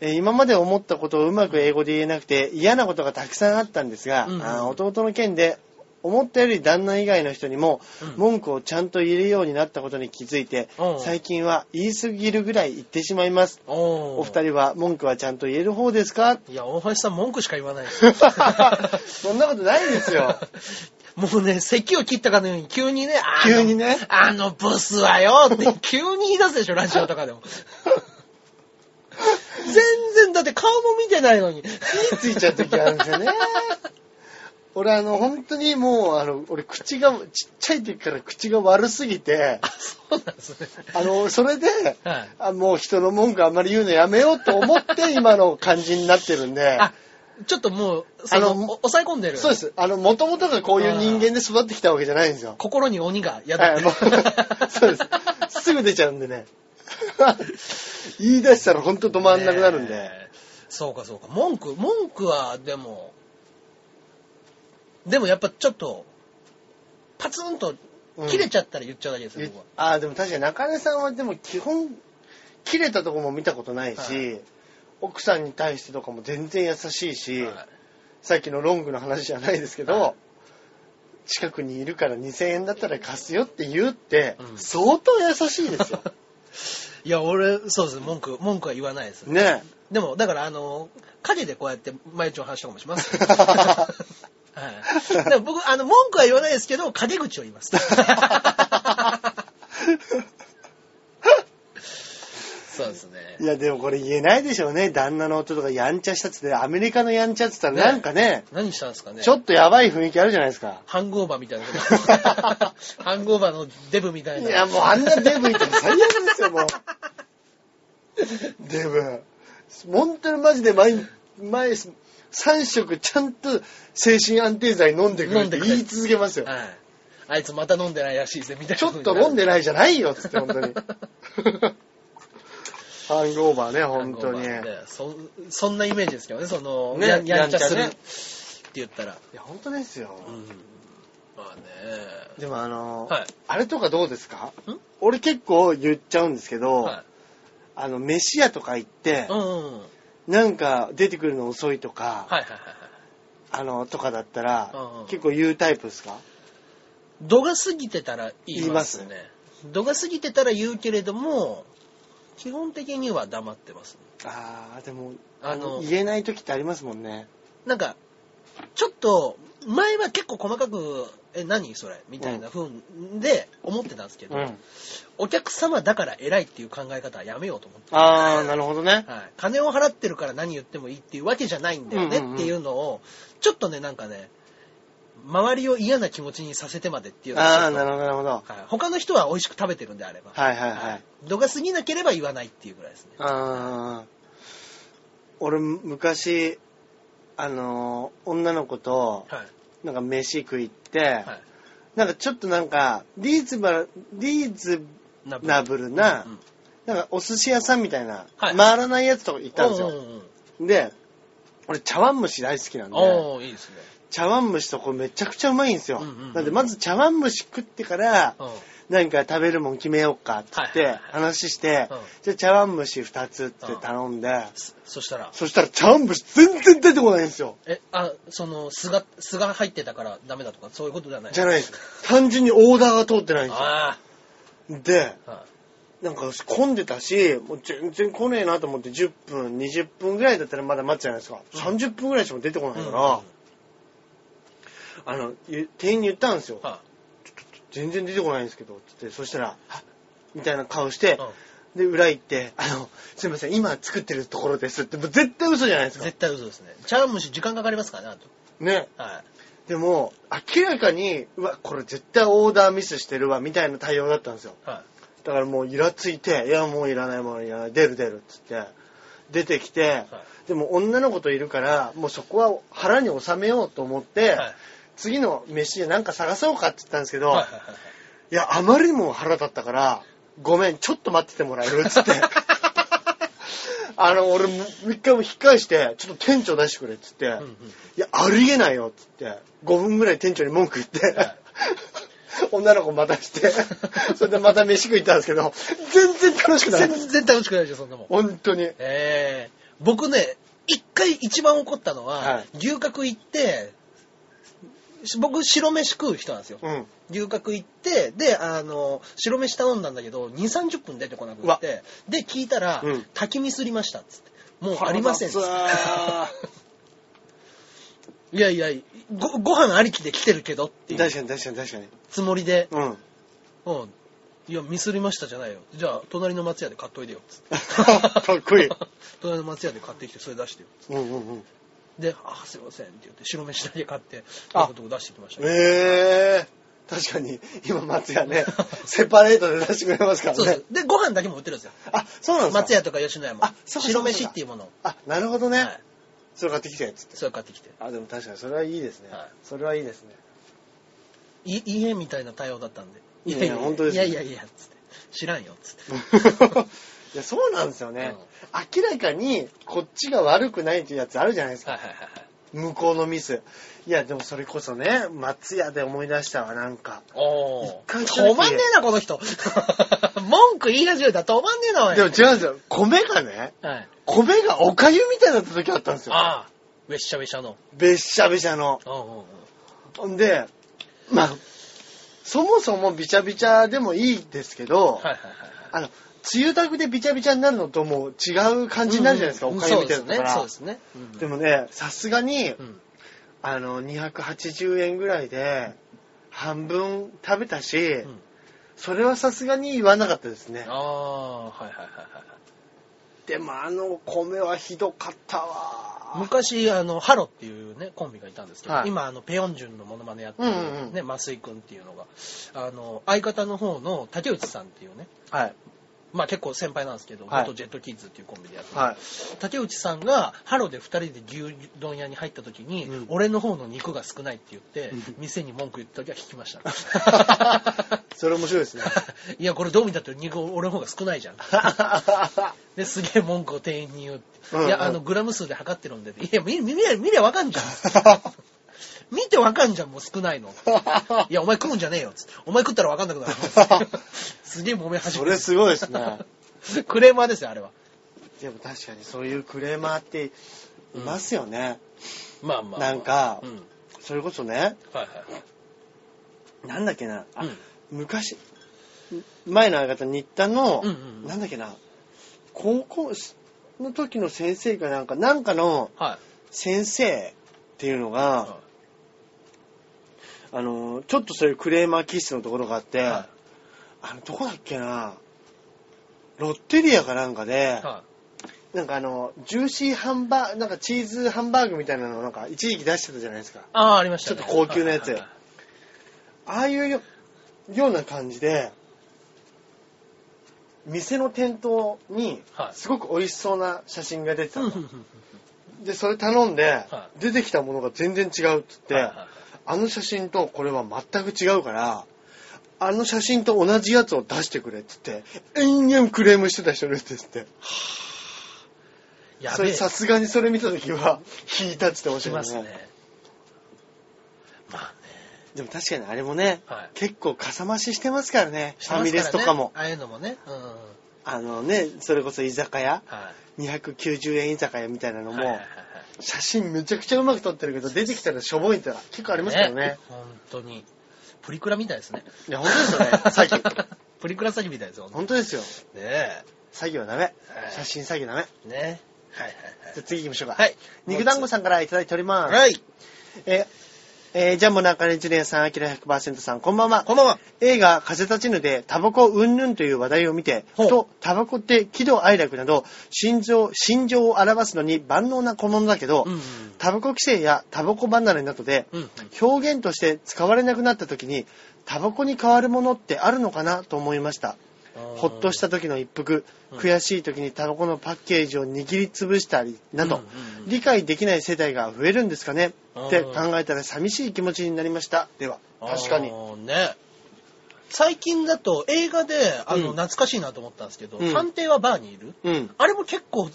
[SPEAKER 2] えー今まで思ったことをうまく英語で言えなくて嫌なことがたくさんあったんですが、
[SPEAKER 1] うん
[SPEAKER 2] あー弟の件で思ったより旦那以外の人にも
[SPEAKER 1] うん
[SPEAKER 2] 文句をちゃんと言えるようになったことに気づいて、
[SPEAKER 1] うん
[SPEAKER 2] 最近は言い過ぎるぐらい言ってしまいます。
[SPEAKER 1] お
[SPEAKER 2] お二
[SPEAKER 1] 人。
[SPEAKER 2] 人は文句はちゃんと言える方です か
[SPEAKER 1] いや、大橋さん文句しか言わない です。
[SPEAKER 2] そんなことないですよ。
[SPEAKER 1] もうね、咳を切ったかのように急にね、あの
[SPEAKER 2] 急にね。
[SPEAKER 1] あのブスはよって急に言い出すでしょ、ラジオとかでも。全然、だって顔も見てないのに。
[SPEAKER 2] 火ついちゃう時あるんですよね。俺あの本当にもうあの俺口がちっちゃい時から口が悪すぎて
[SPEAKER 1] あ、そうなんですね。
[SPEAKER 2] あのそれで
[SPEAKER 1] はい。
[SPEAKER 2] あもう人の文句あんまり言うのやめようと思って今の感じになってるんで
[SPEAKER 1] あ、ちょっともう、そ
[SPEAKER 2] あの
[SPEAKER 1] の、お抑え込んでる。
[SPEAKER 2] そうですあの元々がこういう人間で育ってきたわけじゃないんですよ
[SPEAKER 1] 心に鬼が宿っ
[SPEAKER 2] は
[SPEAKER 1] て
[SPEAKER 2] いも
[SPEAKER 1] る。
[SPEAKER 2] う そう ですすぐ出ちゃうんでね 言い出したら本当止まんなくなるんで、
[SPEAKER 1] ねえそうかそうか文句文句はでもでもやっぱちょっとパツンと
[SPEAKER 2] うん
[SPEAKER 1] 切れちゃったら言っちゃうだけですよ、僕は
[SPEAKER 2] ああでも確かに中根さんはでも基本切れたとこも見たことないし、
[SPEAKER 1] はい
[SPEAKER 2] 奥さんに対してとかも全然優しいし、
[SPEAKER 1] はい
[SPEAKER 2] さっきのロングの話じゃないですけど、
[SPEAKER 1] はい
[SPEAKER 2] 近くにいるから2000円だったら貸すよって言うって、
[SPEAKER 1] うん
[SPEAKER 2] 相当優しい ですよ
[SPEAKER 1] いや俺そうです文句文句は言わないです、
[SPEAKER 2] ね
[SPEAKER 1] でもだからあの陰でこうやって毎日の話とかもし ますよはい、でも僕あの文句は言わないですけど陰口を言い ますそうですね
[SPEAKER 2] いやでもこれ言えないでしょうね旦那の夫とかやんちゃしたっつってアメリカのやんちゃっつったら
[SPEAKER 1] ね
[SPEAKER 2] なんかね
[SPEAKER 1] 何したんですかね
[SPEAKER 2] ちょっとやばい雰囲気あるじゃないですか
[SPEAKER 1] ハングオーバーみ たいなことハングオーバーのデブみたい
[SPEAKER 2] い
[SPEAKER 1] な。
[SPEAKER 2] やもうあんなデブいたら最悪で すよもうデブ本当にマジで毎毎3食ちゃんと精神安定剤飲んでくれって言い続けますよ
[SPEAKER 1] はい。あいつまた飲んでないらしいぜ、みたいな。
[SPEAKER 2] ちょっと飲んで
[SPEAKER 1] い。
[SPEAKER 2] ないじゃないよっつって本 当にハングオーバーね本当に
[SPEAKER 1] ハングオーバーねそそんなイメージですけどね、その、
[SPEAKER 2] ね
[SPEAKER 1] やんやんちゃする
[SPEAKER 2] やん
[SPEAKER 1] っ
[SPEAKER 2] ちゃね
[SPEAKER 1] て言ったら。
[SPEAKER 2] いや本当ですよ、
[SPEAKER 1] うん。まあね。
[SPEAKER 2] でもあのー
[SPEAKER 1] はい
[SPEAKER 2] あれとかどうですか
[SPEAKER 1] ん
[SPEAKER 2] 俺結構言っちゃうんですけど、
[SPEAKER 1] は
[SPEAKER 2] あの飯屋とか行って
[SPEAKER 1] い。うんうんうん。はい
[SPEAKER 2] なんか出てくるの遅いとか、
[SPEAKER 1] はいはいはい。
[SPEAKER 2] あの、とかだったら
[SPEAKER 1] うんうん、
[SPEAKER 2] 結構言うタイプですか
[SPEAKER 1] 度が過ぎてたら言いますね
[SPEAKER 2] 言
[SPEAKER 1] 度が過ぎてたら言うけれども、基本的には黙ってます。
[SPEAKER 2] ああ、でも、
[SPEAKER 1] あ
[SPEAKER 2] あ
[SPEAKER 1] の
[SPEAKER 2] の、言えない時ってありますもんね。
[SPEAKER 1] なんか、ちょっと、前は結構細かく、え、何それみたいな風で思ってたんですけど、
[SPEAKER 2] うん。
[SPEAKER 1] お客様だから偉いっていう考え方はやめようと思って、
[SPEAKER 2] ああ、なるほどね。
[SPEAKER 1] はい、金を払ってるから何言ってもいいっていうわけじゃないんだよね
[SPEAKER 2] うんうんうん
[SPEAKER 1] っていうのを、ちょっとね、なんかね、周りを嫌な気持ちにさせてまでっていうのはち
[SPEAKER 2] あ
[SPEAKER 1] ょ
[SPEAKER 2] あ、
[SPEAKER 1] っと
[SPEAKER 2] なるほど、なるほど。
[SPEAKER 1] はい、他の人は美味しく食べてるんであれば、
[SPEAKER 2] はいはいはい。
[SPEAKER 1] 度が過ぎなければ言わないっていうぐらいですね。
[SPEAKER 2] ああ、俺、昔、あのー、女の子と、
[SPEAKER 1] はい。
[SPEAKER 2] なんか飯食い行って、
[SPEAKER 1] はい。
[SPEAKER 2] なんかちょっとなんか、リーズバル、リーズ、
[SPEAKER 1] ナ
[SPEAKER 2] ナブルな
[SPEAKER 1] うんうん
[SPEAKER 2] なんかお寿司屋さんみたいな、
[SPEAKER 1] はい
[SPEAKER 2] 回らないやつとか行ったんです
[SPEAKER 1] おう
[SPEAKER 2] よ。
[SPEAKER 1] おうおう
[SPEAKER 2] で、俺、茶碗蒸し大好きなんで、
[SPEAKER 1] おういいですね。
[SPEAKER 2] 茶碗蒸しとこれめちゃくちゃうまいんですよ。
[SPEAKER 1] うんうんうん
[SPEAKER 2] なんでまず茶碗蒸し食ってから、
[SPEAKER 1] うん
[SPEAKER 2] なんか食べるもん決めようかって言っ
[SPEAKER 1] はい
[SPEAKER 2] て
[SPEAKER 1] はいはい
[SPEAKER 2] 話して
[SPEAKER 1] うん、
[SPEAKER 2] じゃあ茶碗蒸し2つって頼んで、
[SPEAKER 1] そそしたら、
[SPEAKER 2] そしたら茶碗蒸し全然出てこないんですよ。
[SPEAKER 1] え、あ、その、酢が、酢が入ってたからダメだとか、そういうことじゃない
[SPEAKER 2] じゃないです。単純にオーダーが通ってないんです
[SPEAKER 1] あ
[SPEAKER 2] よ。で、
[SPEAKER 1] あ、は
[SPEAKER 2] なんか混んでたし、もう全然来ねえなと思って10分、20分ぐらいだったらまだ待つじゃないですか。
[SPEAKER 1] うん
[SPEAKER 2] 30分ぐらいしても出てこないか
[SPEAKER 1] うん
[SPEAKER 2] ら、あの、ゆ店員に言ったんですよ。
[SPEAKER 1] いは
[SPEAKER 2] 全然出てこないんですけど、つって、そしたら、はっみたいな顔して
[SPEAKER 1] い、うん
[SPEAKER 2] で、裏行って、あの、すいません、今作ってるところですって、もう絶対嘘じゃないですか。
[SPEAKER 1] 絶対嘘ですね。茶碗蒸し時間かかりますからね、あ
[SPEAKER 2] ね。
[SPEAKER 1] と。はい。
[SPEAKER 2] でも、明らかに、うわ、これ絶対オーダーミスしてるわ、みたいな対応だったんですよ。
[SPEAKER 1] は
[SPEAKER 2] だからもうイラついて、いや、もういらないものいらない、出る出るっつって、出てきて、でも女の子といるから、もうそこは腹に収めようと思って、
[SPEAKER 1] い。はい。
[SPEAKER 2] 次の飯でなんか探そうかって言ったんですけど、
[SPEAKER 1] はいはい
[SPEAKER 2] い、
[SPEAKER 1] はい
[SPEAKER 2] や、あまりにも腹立ったから、ごめん、ちょっと待っててもらえるっつって。 あの、俺も、一回も引き返して、ちょっと店長出してくれっつって、
[SPEAKER 1] うんうん
[SPEAKER 2] いや、ありえないよっつって、5分ぐらい店長に文句言って、
[SPEAKER 1] はい
[SPEAKER 2] 女の子待たして、 それでまた飯食い行ったんですけど、全然楽しくない。
[SPEAKER 1] 全然楽しくないでしょ、そんなもん。
[SPEAKER 2] 本当に。
[SPEAKER 1] えー、僕ね、一回一番怒ったのは、
[SPEAKER 2] はい
[SPEAKER 1] 牛角行って、し僕、白飯食う人なんですよ。
[SPEAKER 2] うん。
[SPEAKER 1] 牛角行って、で、あの、白飯頼んだんだけど、2、30分出てこなく
[SPEAKER 2] うわ
[SPEAKER 1] って、で、聞いたら、
[SPEAKER 2] うん
[SPEAKER 1] 炊きミスりましたっつって。もうありませんっつって
[SPEAKER 2] 腹立
[SPEAKER 1] いやいや、ご、ご飯ありきで来てるけどっていう
[SPEAKER 2] 確かに確かに確かに。
[SPEAKER 1] つもりで、
[SPEAKER 2] うん。
[SPEAKER 1] うん。いや、ミスりましたじゃないよ。じゃあ、隣の松屋で買っといでよっつって。
[SPEAKER 2] かっこいい。
[SPEAKER 1] 隣の松屋で買ってきて、それ出してよ。
[SPEAKER 2] うんうんうん。
[SPEAKER 1] で、あ、すいませんって言って、白飯だけ買って、
[SPEAKER 2] あ
[SPEAKER 1] あ、とこ出してきましたね。
[SPEAKER 2] ええ確かに、今松屋 ね、セパレートで出してくれますから
[SPEAKER 1] そうで
[SPEAKER 2] ね
[SPEAKER 1] す。。で、ご飯だけも売ってるんですよ。
[SPEAKER 2] あ、そうなんですか
[SPEAKER 1] 松屋とか吉野家も
[SPEAKER 2] あそうかそう
[SPEAKER 1] 白
[SPEAKER 2] か
[SPEAKER 1] 飯っていうものを、
[SPEAKER 2] あ、なるほどね。
[SPEAKER 1] はい、
[SPEAKER 2] それ買ってきたやつって。
[SPEAKER 1] それ買ってきて
[SPEAKER 2] あ、でも確かにそれはいいですね。
[SPEAKER 1] はい
[SPEAKER 2] それはいいですね。
[SPEAKER 1] いいいえみたいな対応だったんで
[SPEAKER 2] いやいや本当です
[SPEAKER 1] い
[SPEAKER 2] ね
[SPEAKER 1] やいやいやつって知らんよつって
[SPEAKER 2] いや、そうなんですよね。明らかに、こっちが悪くないっていうやつあるじゃないですか。
[SPEAKER 1] はいはいは
[SPEAKER 2] 向こうのミス。いや、でもそれこそね、松屋で思い出したわ、なんか。
[SPEAKER 1] いおお
[SPEAKER 2] 一回一人で
[SPEAKER 1] 止まんねえなこの人 文句言い始めたら止まんねえなおい
[SPEAKER 2] でも違うんですよ。米がね、
[SPEAKER 1] はい、
[SPEAKER 2] 米がおかゆみたいになった時あったんですよ。
[SPEAKER 1] ああウェッシャウェシャの
[SPEAKER 2] べっしゃべしゃの。
[SPEAKER 1] うんうんうん
[SPEAKER 2] ほんで、まあ、そもそもびちゃびちゃでもいいですけど、
[SPEAKER 1] はいはいはいはい
[SPEAKER 2] あの、梅雨だくでびちゃびちゃになるのともう違う感じになるじゃないですか、
[SPEAKER 1] うんうん
[SPEAKER 2] おかゆみたいなのだから。
[SPEAKER 1] そうですねそうですね、うん
[SPEAKER 2] でもね、さすがに、
[SPEAKER 1] うん
[SPEAKER 2] あの、280円ぐらいで、半分食べたし、
[SPEAKER 1] ん
[SPEAKER 2] それはさすがに言わなかったですね
[SPEAKER 1] あ。あはいはいはいはい
[SPEAKER 2] でもあの米はひどかったわ。
[SPEAKER 1] 昔あのハロっていうねコンビがいたんですけど、
[SPEAKER 2] はい
[SPEAKER 1] 今あのペヨンジュンのモノマネやってる、
[SPEAKER 2] う
[SPEAKER 1] ね
[SPEAKER 2] んうんうん
[SPEAKER 1] 増井くんっていうのがあの相方の方の竹内さんっていうね
[SPEAKER 2] はい。
[SPEAKER 1] まあ結構先輩なんですけど、
[SPEAKER 2] はい
[SPEAKER 1] 元ジェットキッズっていうコンビでやってる、
[SPEAKER 2] はい。
[SPEAKER 1] 竹内さんがハロで2人で牛丼屋に入った時に、
[SPEAKER 2] うん
[SPEAKER 1] 俺の方の肉が少ないって言って、
[SPEAKER 2] うん
[SPEAKER 1] 店に文句言った時は聞きました
[SPEAKER 2] それ面白いですね。
[SPEAKER 1] いやこれどう見たって肉俺の方が少ないじゃんですげえ文句を店員に言うって、
[SPEAKER 2] うんうん
[SPEAKER 1] いやあのグラム数で測ってるんでいや見見りゃ見りゃわかんじ ゃん見てわかんじゃんもう少ないのいやお前食うんじゃねえよつってお前食ったらわかんな くなるすげえ揉め始
[SPEAKER 2] そ
[SPEAKER 1] めて
[SPEAKER 2] れすごいですね。
[SPEAKER 1] クレーマーですよあれは
[SPEAKER 2] でも確かにそういうクレーマーっていますよね。
[SPEAKER 1] まあまあ、まあ、
[SPEAKER 2] なんか
[SPEAKER 1] うんはい
[SPEAKER 2] それこそね、
[SPEAKER 1] はいはい
[SPEAKER 2] なんだっけな、あ
[SPEAKER 1] うん
[SPEAKER 2] 昔、前の相方、新田の、
[SPEAKER 1] うんうんうん
[SPEAKER 2] なんだっけな、高校の時の先生かなんか、なんかの
[SPEAKER 1] はい
[SPEAKER 2] 先生っていうのが、あの、ちょっとそういうクレーマー気質のところがあって、
[SPEAKER 1] は
[SPEAKER 2] あの、どこだっけな、ロッテリアかなんかで、
[SPEAKER 1] いは
[SPEAKER 2] なんかあの、ジューシーハンバー、なんかチーズハンバーグみたいなのをなんか一時期出してたじゃないですか。
[SPEAKER 1] いああありました、ね、
[SPEAKER 2] ちょっと高級なやつ
[SPEAKER 1] はいはいはい
[SPEAKER 2] ああいうよような感じで、店の店頭に
[SPEAKER 1] はい
[SPEAKER 2] すごく美味しそうな写真が出てた
[SPEAKER 1] うん
[SPEAKER 2] の
[SPEAKER 1] うんうん
[SPEAKER 2] で、それ頼んで
[SPEAKER 1] は、
[SPEAKER 2] 出てきたものが全然違うっつって、
[SPEAKER 1] はいはいはい
[SPEAKER 2] あの写真とこれは全く違うから、あの写真と同じやつを出してくれっつって、延々クレームしてた人いるんですって。
[SPEAKER 1] や
[SPEAKER 2] そ
[SPEAKER 1] べ
[SPEAKER 2] れ
[SPEAKER 1] え
[SPEAKER 2] さすがにそれ見た時は、引いたっつっておっし
[SPEAKER 1] き
[SPEAKER 2] ゃいま
[SPEAKER 1] ま
[SPEAKER 2] し
[SPEAKER 1] す
[SPEAKER 2] た
[SPEAKER 1] ね
[SPEAKER 2] ね。
[SPEAKER 1] まあね
[SPEAKER 2] でも確かにあれもね、
[SPEAKER 1] はい
[SPEAKER 2] 結構かさ増ししてますからね、
[SPEAKER 1] して
[SPEAKER 2] ファ
[SPEAKER 1] ますからね
[SPEAKER 2] ミレスとかも。
[SPEAKER 1] ああいうのもねうんうん
[SPEAKER 2] あのね、それこそ居酒屋、
[SPEAKER 1] はい
[SPEAKER 2] 290円居酒屋みたいなの
[SPEAKER 1] はいはい
[SPEAKER 2] も
[SPEAKER 1] はい、はい
[SPEAKER 2] 写真めちゃくちゃうまく撮ってるけど、出てきたらしょぼいってのは結構ありますからね。
[SPEAKER 1] 本当に。プリクラみたいですね。
[SPEAKER 2] いや、本当ですよ ね。詐欺。
[SPEAKER 1] プリクラ詐欺みたいですよ。ね
[SPEAKER 2] 本当ですよ。
[SPEAKER 1] え。
[SPEAKER 2] 詐欺はダメ
[SPEAKER 1] は。い
[SPEAKER 2] 写真詐欺ダメ。
[SPEAKER 1] ねはい
[SPEAKER 2] じゃあ次行きましょうか。
[SPEAKER 1] はい。
[SPEAKER 2] 肉団子さんからいただいております。
[SPEAKER 1] はい。
[SPEAKER 2] ええー、ジャンボ中根ジュニアさん、アキラ100%さん、こんばんは。
[SPEAKER 1] こんばんは。
[SPEAKER 2] 映画、風立ちぬで、タバコうんぬんという話題を見て、
[SPEAKER 1] ほう
[SPEAKER 2] ふと、タバコって喜怒哀楽など、心情、心情を表すのに万能な小物だけど、
[SPEAKER 1] うんうん
[SPEAKER 2] タバコ規制やタバコ離れなどで、
[SPEAKER 1] うんうん。
[SPEAKER 2] 表現として使われなくなった時に、タバコに変わるものってあるのかなと思いました。ほっとした時の一服、
[SPEAKER 1] うん
[SPEAKER 2] 悔しい時にタバコのパッケージを握りつぶしたりな
[SPEAKER 1] う
[SPEAKER 2] ど、
[SPEAKER 1] んうんうん
[SPEAKER 2] 理解できない世代が増えるんですかね
[SPEAKER 1] あー
[SPEAKER 2] って考えたら寂しい気持ちになりました。では、確かに
[SPEAKER 1] あ。ーね。最近だと映画で、あの、
[SPEAKER 2] うん
[SPEAKER 1] 懐かしいなと思ったんですけど、
[SPEAKER 2] うん
[SPEAKER 1] 探偵はバーにいる
[SPEAKER 2] うん。
[SPEAKER 1] あれも結構、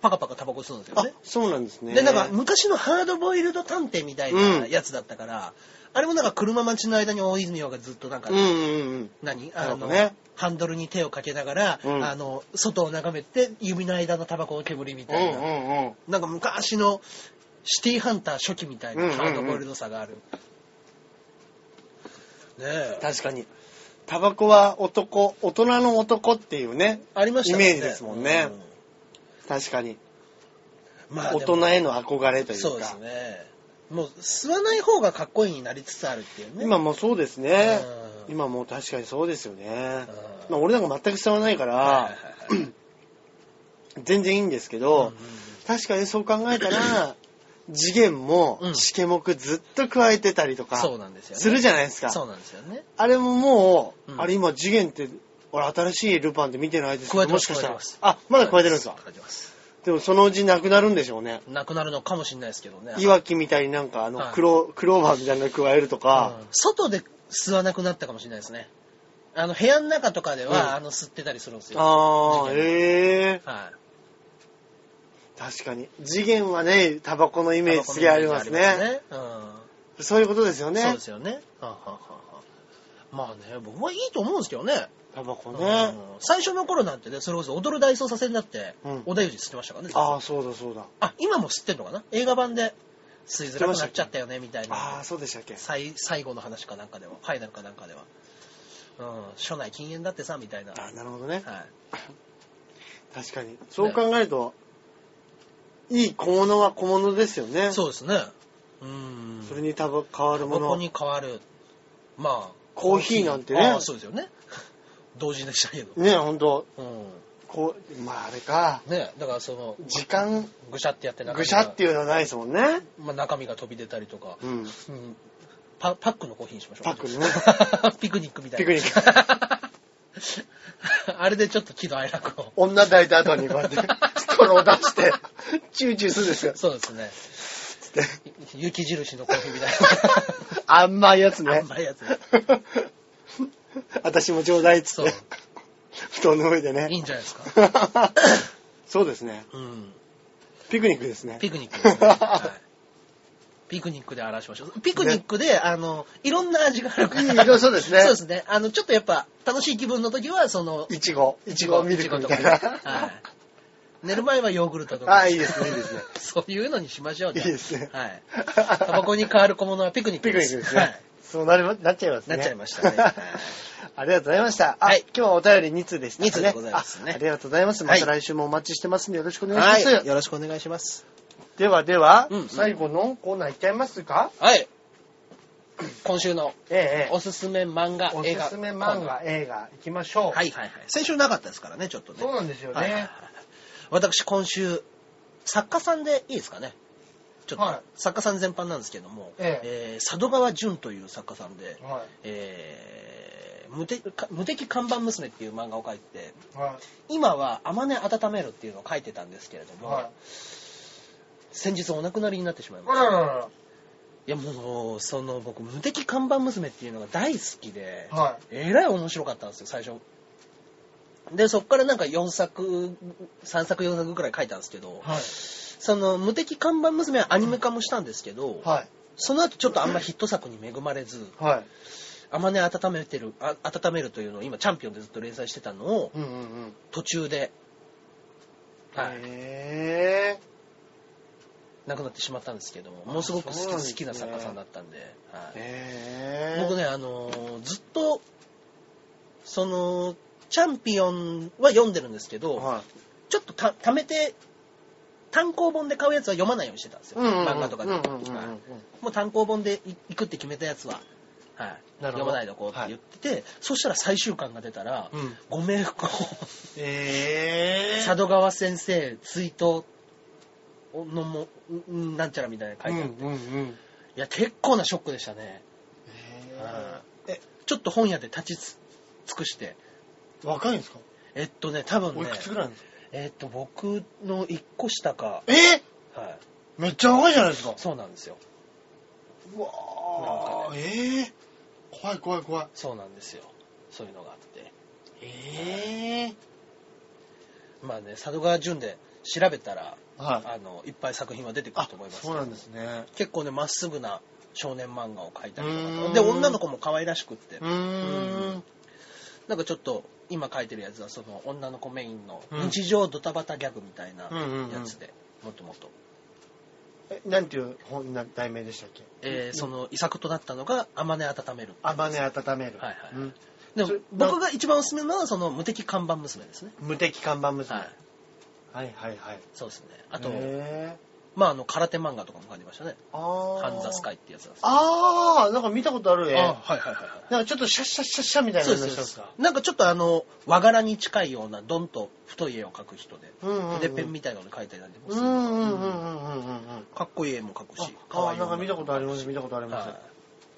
[SPEAKER 1] パカパカタバコ吸うんですよ
[SPEAKER 2] あ
[SPEAKER 1] ね。、
[SPEAKER 2] そうなんですね。
[SPEAKER 1] で、なんか、昔のハードボイルド探偵みたいなやつだったから、あれもなんか車待ちの間に大泉洋がずっとなんか、
[SPEAKER 2] うんうんうん。
[SPEAKER 1] 何
[SPEAKER 2] な
[SPEAKER 1] あ
[SPEAKER 2] るほ
[SPEAKER 1] の、
[SPEAKER 2] どね
[SPEAKER 1] ハンドルに手をかけながら、
[SPEAKER 2] うん
[SPEAKER 1] あの、外を眺めて、指の間のタバコの煙み
[SPEAKER 2] うん
[SPEAKER 1] た
[SPEAKER 2] う
[SPEAKER 1] いな。
[SPEAKER 2] んうん。
[SPEAKER 1] なんか昔のシティーハンター初期みたい
[SPEAKER 2] う
[SPEAKER 1] な
[SPEAKER 2] んうんうん
[SPEAKER 1] ハードボイルドさがある。ねえ。
[SPEAKER 2] 確かに。タバコは男、大人の男っていうね、
[SPEAKER 1] ありましたもんね。
[SPEAKER 2] イメージですもんね確かに。
[SPEAKER 1] うんまあ、
[SPEAKER 2] 大人への憧れというか。
[SPEAKER 1] そうですね。もう吸わない方がかっこいいになりつつあるっていうね。
[SPEAKER 2] 今もそうですね。
[SPEAKER 1] うん
[SPEAKER 2] 今もう確かにそうですよね。
[SPEAKER 1] うん
[SPEAKER 2] まあ、俺なんか全く伝わらないか
[SPEAKER 1] はいはい
[SPEAKER 2] ら、
[SPEAKER 1] はいはい
[SPEAKER 2] 全然いいんですけど、確かにそう考え たら、次元も
[SPEAKER 1] う、ん
[SPEAKER 2] しけもくずっと加えてたりとか、
[SPEAKER 1] そうなんですよね。
[SPEAKER 2] するじゃないですか。
[SPEAKER 1] そうなんですよね。
[SPEAKER 2] あれももう、
[SPEAKER 1] うん
[SPEAKER 2] あれ今次元って、俺新しいルパンって見てないです
[SPEAKER 1] 加
[SPEAKER 2] けど、
[SPEAKER 1] えて
[SPEAKER 2] も
[SPEAKER 1] ま
[SPEAKER 2] し
[SPEAKER 1] す
[SPEAKER 2] かしたら
[SPEAKER 1] 加えてます。
[SPEAKER 2] あ、まだ加えてるんですか。
[SPEAKER 1] 加えてます。
[SPEAKER 2] でもそのうちなくなるんでしょうね。
[SPEAKER 1] なくなるのかもしれないですけどね。
[SPEAKER 2] いわきみたいになんかあ
[SPEAKER 1] は
[SPEAKER 2] の
[SPEAKER 1] い
[SPEAKER 2] 黒、クローバーみたいなの加えるとか、
[SPEAKER 1] うん外で吸わなくなったかもしれないですね。あの、部屋の中とかでは、
[SPEAKER 2] うん
[SPEAKER 1] あの、吸ってたりするんですよ。
[SPEAKER 2] あ
[SPEAKER 1] 次元
[SPEAKER 2] あ、ええ
[SPEAKER 1] はい。
[SPEAKER 2] 確かに。次元はね、タバコのイメージすげえあります
[SPEAKER 1] タバコの
[SPEAKER 2] ね。
[SPEAKER 1] イメージありますね
[SPEAKER 2] そういうことですよ
[SPEAKER 1] うんそう
[SPEAKER 2] ね
[SPEAKER 1] で。すよね。はあはあはあはあまあね、僕はいいと思うんですけどね。
[SPEAKER 2] タバコ
[SPEAKER 1] うん
[SPEAKER 2] ね。
[SPEAKER 1] 最初の頃なんてね、それこそ踊る大捜査線だって
[SPEAKER 2] うん、
[SPEAKER 1] 小田裕二吸ってましたからね。
[SPEAKER 2] ああ、そうだそうだ。
[SPEAKER 1] あ、今も吸ってんのかな映画版で吸いづらくなっちゃったよね、みたい
[SPEAKER 2] あ
[SPEAKER 1] な
[SPEAKER 2] あ、。そうでしたっけ。
[SPEAKER 1] 最最後の話かなんかでは、ファイナルかなんかでは。うん、初内禁煙だってさ、みたいな。
[SPEAKER 2] ああ、なるほどね。
[SPEAKER 1] はい。
[SPEAKER 2] 確かに。そう考えると、いい小物は小物ですよね。
[SPEAKER 1] そうですね。うん。
[SPEAKER 2] それにタバ変わるも
[SPEAKER 1] ここ
[SPEAKER 2] の。
[SPEAKER 1] に変わる。まあ。
[SPEAKER 2] コーヒーなんてね
[SPEAKER 1] ああそうですよね。 同時でしたけど。
[SPEAKER 2] ねえ、ほんと、
[SPEAKER 1] うん。
[SPEAKER 2] こう、まああれか。
[SPEAKER 1] ねだからその、
[SPEAKER 2] 時間、
[SPEAKER 1] ぐしゃってやって中身が
[SPEAKER 2] ぐしゃっていうのはないですもんね。
[SPEAKER 1] まあ、中身が飛び出たりとか。
[SPEAKER 2] うん。
[SPEAKER 1] うんパパックのコーヒーにしましょう。
[SPEAKER 2] パックね。
[SPEAKER 1] ピクニックみたい
[SPEAKER 2] ピ
[SPEAKER 1] な。
[SPEAKER 2] クニッ ク。
[SPEAKER 1] あれでちょっと喜怒哀楽を。
[SPEAKER 2] 女抱いた後にこうやって、ストロー出して、チューチューするんですよ。
[SPEAKER 1] そうです ね。
[SPEAKER 2] つって。
[SPEAKER 1] 雪印のコーヒーみたい
[SPEAKER 2] あんまいやつ
[SPEAKER 1] な。
[SPEAKER 2] ね。
[SPEAKER 1] 甘いやつ。
[SPEAKER 2] 私もちょうだいっつ
[SPEAKER 1] そ
[SPEAKER 2] っ
[SPEAKER 1] う
[SPEAKER 2] て。。布団の上で
[SPEAKER 1] いい
[SPEAKER 2] ね。
[SPEAKER 1] んじゃないですか。
[SPEAKER 2] そうですね。
[SPEAKER 1] うん。
[SPEAKER 2] ピクニックですね。
[SPEAKER 1] ピクニックです ね。はいピクニックで表しましょう。ピクニックで、あの、いろんな味があるから。
[SPEAKER 2] いい色そうですね
[SPEAKER 1] そうですね。あの、ちょっとやっぱ、楽しい気分の時は、その、
[SPEAKER 2] いちご。いちごミルクみたい
[SPEAKER 1] いちごとかねは
[SPEAKER 2] な。
[SPEAKER 1] い。寝る前はヨーグルトとか。
[SPEAKER 2] あ、いいですね、いいですね。
[SPEAKER 1] そういうのにしましょうじ
[SPEAKER 2] いい
[SPEAKER 1] ゃあ
[SPEAKER 2] ですね。
[SPEAKER 1] はい。タバコに変わる小物はピクニック
[SPEAKER 2] ピクニックですね。
[SPEAKER 1] はい。
[SPEAKER 2] そうなりまなっちゃいますね。
[SPEAKER 1] なっちゃいましたね
[SPEAKER 2] ありがとうございました。あ、
[SPEAKER 1] はい
[SPEAKER 2] 今日はお便り2通でしたね。
[SPEAKER 1] 二通でございますね
[SPEAKER 2] あありがとうございます。ま
[SPEAKER 1] はい
[SPEAKER 2] た来週もお待ちしてますんでよろしくお願いします。
[SPEAKER 1] はい。よろしくお願いします。
[SPEAKER 2] ではでは、
[SPEAKER 1] うん
[SPEAKER 2] 最後のコーナーいっちゃいますか
[SPEAKER 1] はい。今週の
[SPEAKER 2] ええ
[SPEAKER 1] おすすめ漫画、
[SPEAKER 2] お
[SPEAKER 1] 映画。
[SPEAKER 2] すすめ漫画、映画、行きましょ
[SPEAKER 1] はい
[SPEAKER 2] う。
[SPEAKER 1] はいはい。先週なかったですからね、ちょっとね。
[SPEAKER 2] そうなんですよね。
[SPEAKER 1] はいはいはい私、今週、作家さんでいいですかね。ちょっと、
[SPEAKER 2] はい
[SPEAKER 1] 作家さん全般なんですけども、
[SPEAKER 2] え
[SPEAKER 1] えー佐渡川淳という作家さんで、
[SPEAKER 2] は
[SPEAKER 1] えー無敵か無敵看板娘っていう漫画を書いて、
[SPEAKER 2] い。は
[SPEAKER 1] 今は「あまね温める」っていうのを書いてたんですけれど
[SPEAKER 2] い。
[SPEAKER 1] も、
[SPEAKER 2] はい。
[SPEAKER 1] 先日お亡くなりになってしまいま
[SPEAKER 2] あ
[SPEAKER 1] した。
[SPEAKER 2] ららら
[SPEAKER 1] いやもう、その僕、無敵看板娘っていうのが大好きで、
[SPEAKER 2] ら。はい。
[SPEAKER 1] えらい面白かったんですよ、最初。で、そっからなんか4作、3作4作くらい書いたんですけど、
[SPEAKER 2] はい。
[SPEAKER 1] その無敵看板娘はアニメ化もしたんですけど、
[SPEAKER 2] はい。
[SPEAKER 1] その後ちょっとあんまヒット作に恵まれず、
[SPEAKER 2] はい。
[SPEAKER 1] あまね温めてる、あ温めるというのを今チャンピオンでずっと連載してたのを
[SPEAKER 2] うんうんうん。
[SPEAKER 1] 途中で、はい、
[SPEAKER 2] へ
[SPEAKER 1] 亡くなってしまったんですけども、ものすごく好
[SPEAKER 2] そう
[SPEAKER 1] き,、
[SPEAKER 2] なんですね
[SPEAKER 1] 好きな作家さんだったんで、はい
[SPEAKER 2] え。へえ。
[SPEAKER 1] 僕ね、あのーずっと、その、チャンピオンは読んでるんですけど、
[SPEAKER 2] は
[SPEAKER 1] ちょっとた、貯めて、単行本で買うやつは読まないようにしてたんですよ。
[SPEAKER 2] うんうんうん
[SPEAKER 1] 漫画とかで。
[SPEAKER 2] うんうんうんうん
[SPEAKER 1] はいもう単行本でい行くって決めたやつは、はい、
[SPEAKER 2] なるほど
[SPEAKER 1] 読まないでおこうって言ってて、そしたら最終巻が出たら、
[SPEAKER 2] うん
[SPEAKER 1] ご冥 福を、
[SPEAKER 2] え
[SPEAKER 1] 佐渡川先生追悼のも、んなんちゃらみたいなの書いてあって、
[SPEAKER 2] うんうんうん
[SPEAKER 1] いや、結構なショックでしたね。
[SPEAKER 2] ええ
[SPEAKER 1] ちょっと本屋で立ちつ尽くして。
[SPEAKER 2] 若いんですか
[SPEAKER 1] えっとね、多分
[SPEAKER 2] おい
[SPEAKER 1] ね
[SPEAKER 2] く、つぐらいなんですか
[SPEAKER 1] えっと、僕の一個下か、
[SPEAKER 2] えー
[SPEAKER 1] はい、
[SPEAKER 2] めっちゃ若いじゃないですか
[SPEAKER 1] そうなんですよ。
[SPEAKER 2] うわーええ怖い怖い怖い
[SPEAKER 1] そうなんですよ。そういうのがあって。
[SPEAKER 2] ええ
[SPEAKER 1] まあね、佐渡川淳で調べたら、
[SPEAKER 2] はい
[SPEAKER 1] あの、いっぱい作品は出てくる
[SPEAKER 2] あ
[SPEAKER 1] と思いますけど。
[SPEAKER 2] そうなんですね
[SPEAKER 1] 結構ね、まっすぐな少年漫画を描いたりと
[SPEAKER 2] うー
[SPEAKER 1] か。
[SPEAKER 2] ん
[SPEAKER 1] で、女の子も可愛らしくって
[SPEAKER 2] う。ーん
[SPEAKER 1] なんかちょっと、今描いてるやつは、その女の子メインの
[SPEAKER 2] うん
[SPEAKER 1] 日常ドタバタギャグみたいな
[SPEAKER 2] うんうんうん
[SPEAKER 1] やつで、もっともっと。
[SPEAKER 2] えなんていう本な題名でしたっけ
[SPEAKER 1] えーその遺作となったのが「あまね温める」
[SPEAKER 2] あばね温める、
[SPEAKER 1] はいはい
[SPEAKER 2] うん
[SPEAKER 1] でも
[SPEAKER 2] それ
[SPEAKER 1] 僕が一番おすすめなのはその「無敵看板娘」ですね
[SPEAKER 2] 無敵看板娘、
[SPEAKER 1] はい
[SPEAKER 2] はい、はいはい
[SPEAKER 1] そうですね
[SPEAKER 2] あ
[SPEAKER 1] あと、
[SPEAKER 2] え
[SPEAKER 1] まああの空手漫画とかも感じましたね
[SPEAKER 2] ー、
[SPEAKER 1] 「
[SPEAKER 2] あー
[SPEAKER 1] ハンザスカイ」ってやつなんです
[SPEAKER 2] あーなんか見たことある絵
[SPEAKER 1] あはいはいはいは
[SPEAKER 2] なんかちょっとシャッシャッシャッシャッみたい
[SPEAKER 1] い
[SPEAKER 2] な
[SPEAKER 1] そう
[SPEAKER 2] の
[SPEAKER 1] で
[SPEAKER 2] した
[SPEAKER 1] す
[SPEAKER 2] ん
[SPEAKER 1] そう
[SPEAKER 2] で
[SPEAKER 1] ですす
[SPEAKER 2] か
[SPEAKER 1] なんかちょっとあの和柄に近いようなドンと太い絵を描く人で
[SPEAKER 2] うんうんうん
[SPEAKER 1] 筆ペンみたいなので描いたりなんても
[SPEAKER 2] う
[SPEAKER 1] す
[SPEAKER 2] ん
[SPEAKER 1] る
[SPEAKER 2] うんうんうんうんうん
[SPEAKER 1] かっこいい絵も描く
[SPEAKER 2] あ
[SPEAKER 1] し
[SPEAKER 2] あーなんか
[SPEAKER 1] 女の子
[SPEAKER 2] 見たことあります見たことあります、
[SPEAKER 1] はい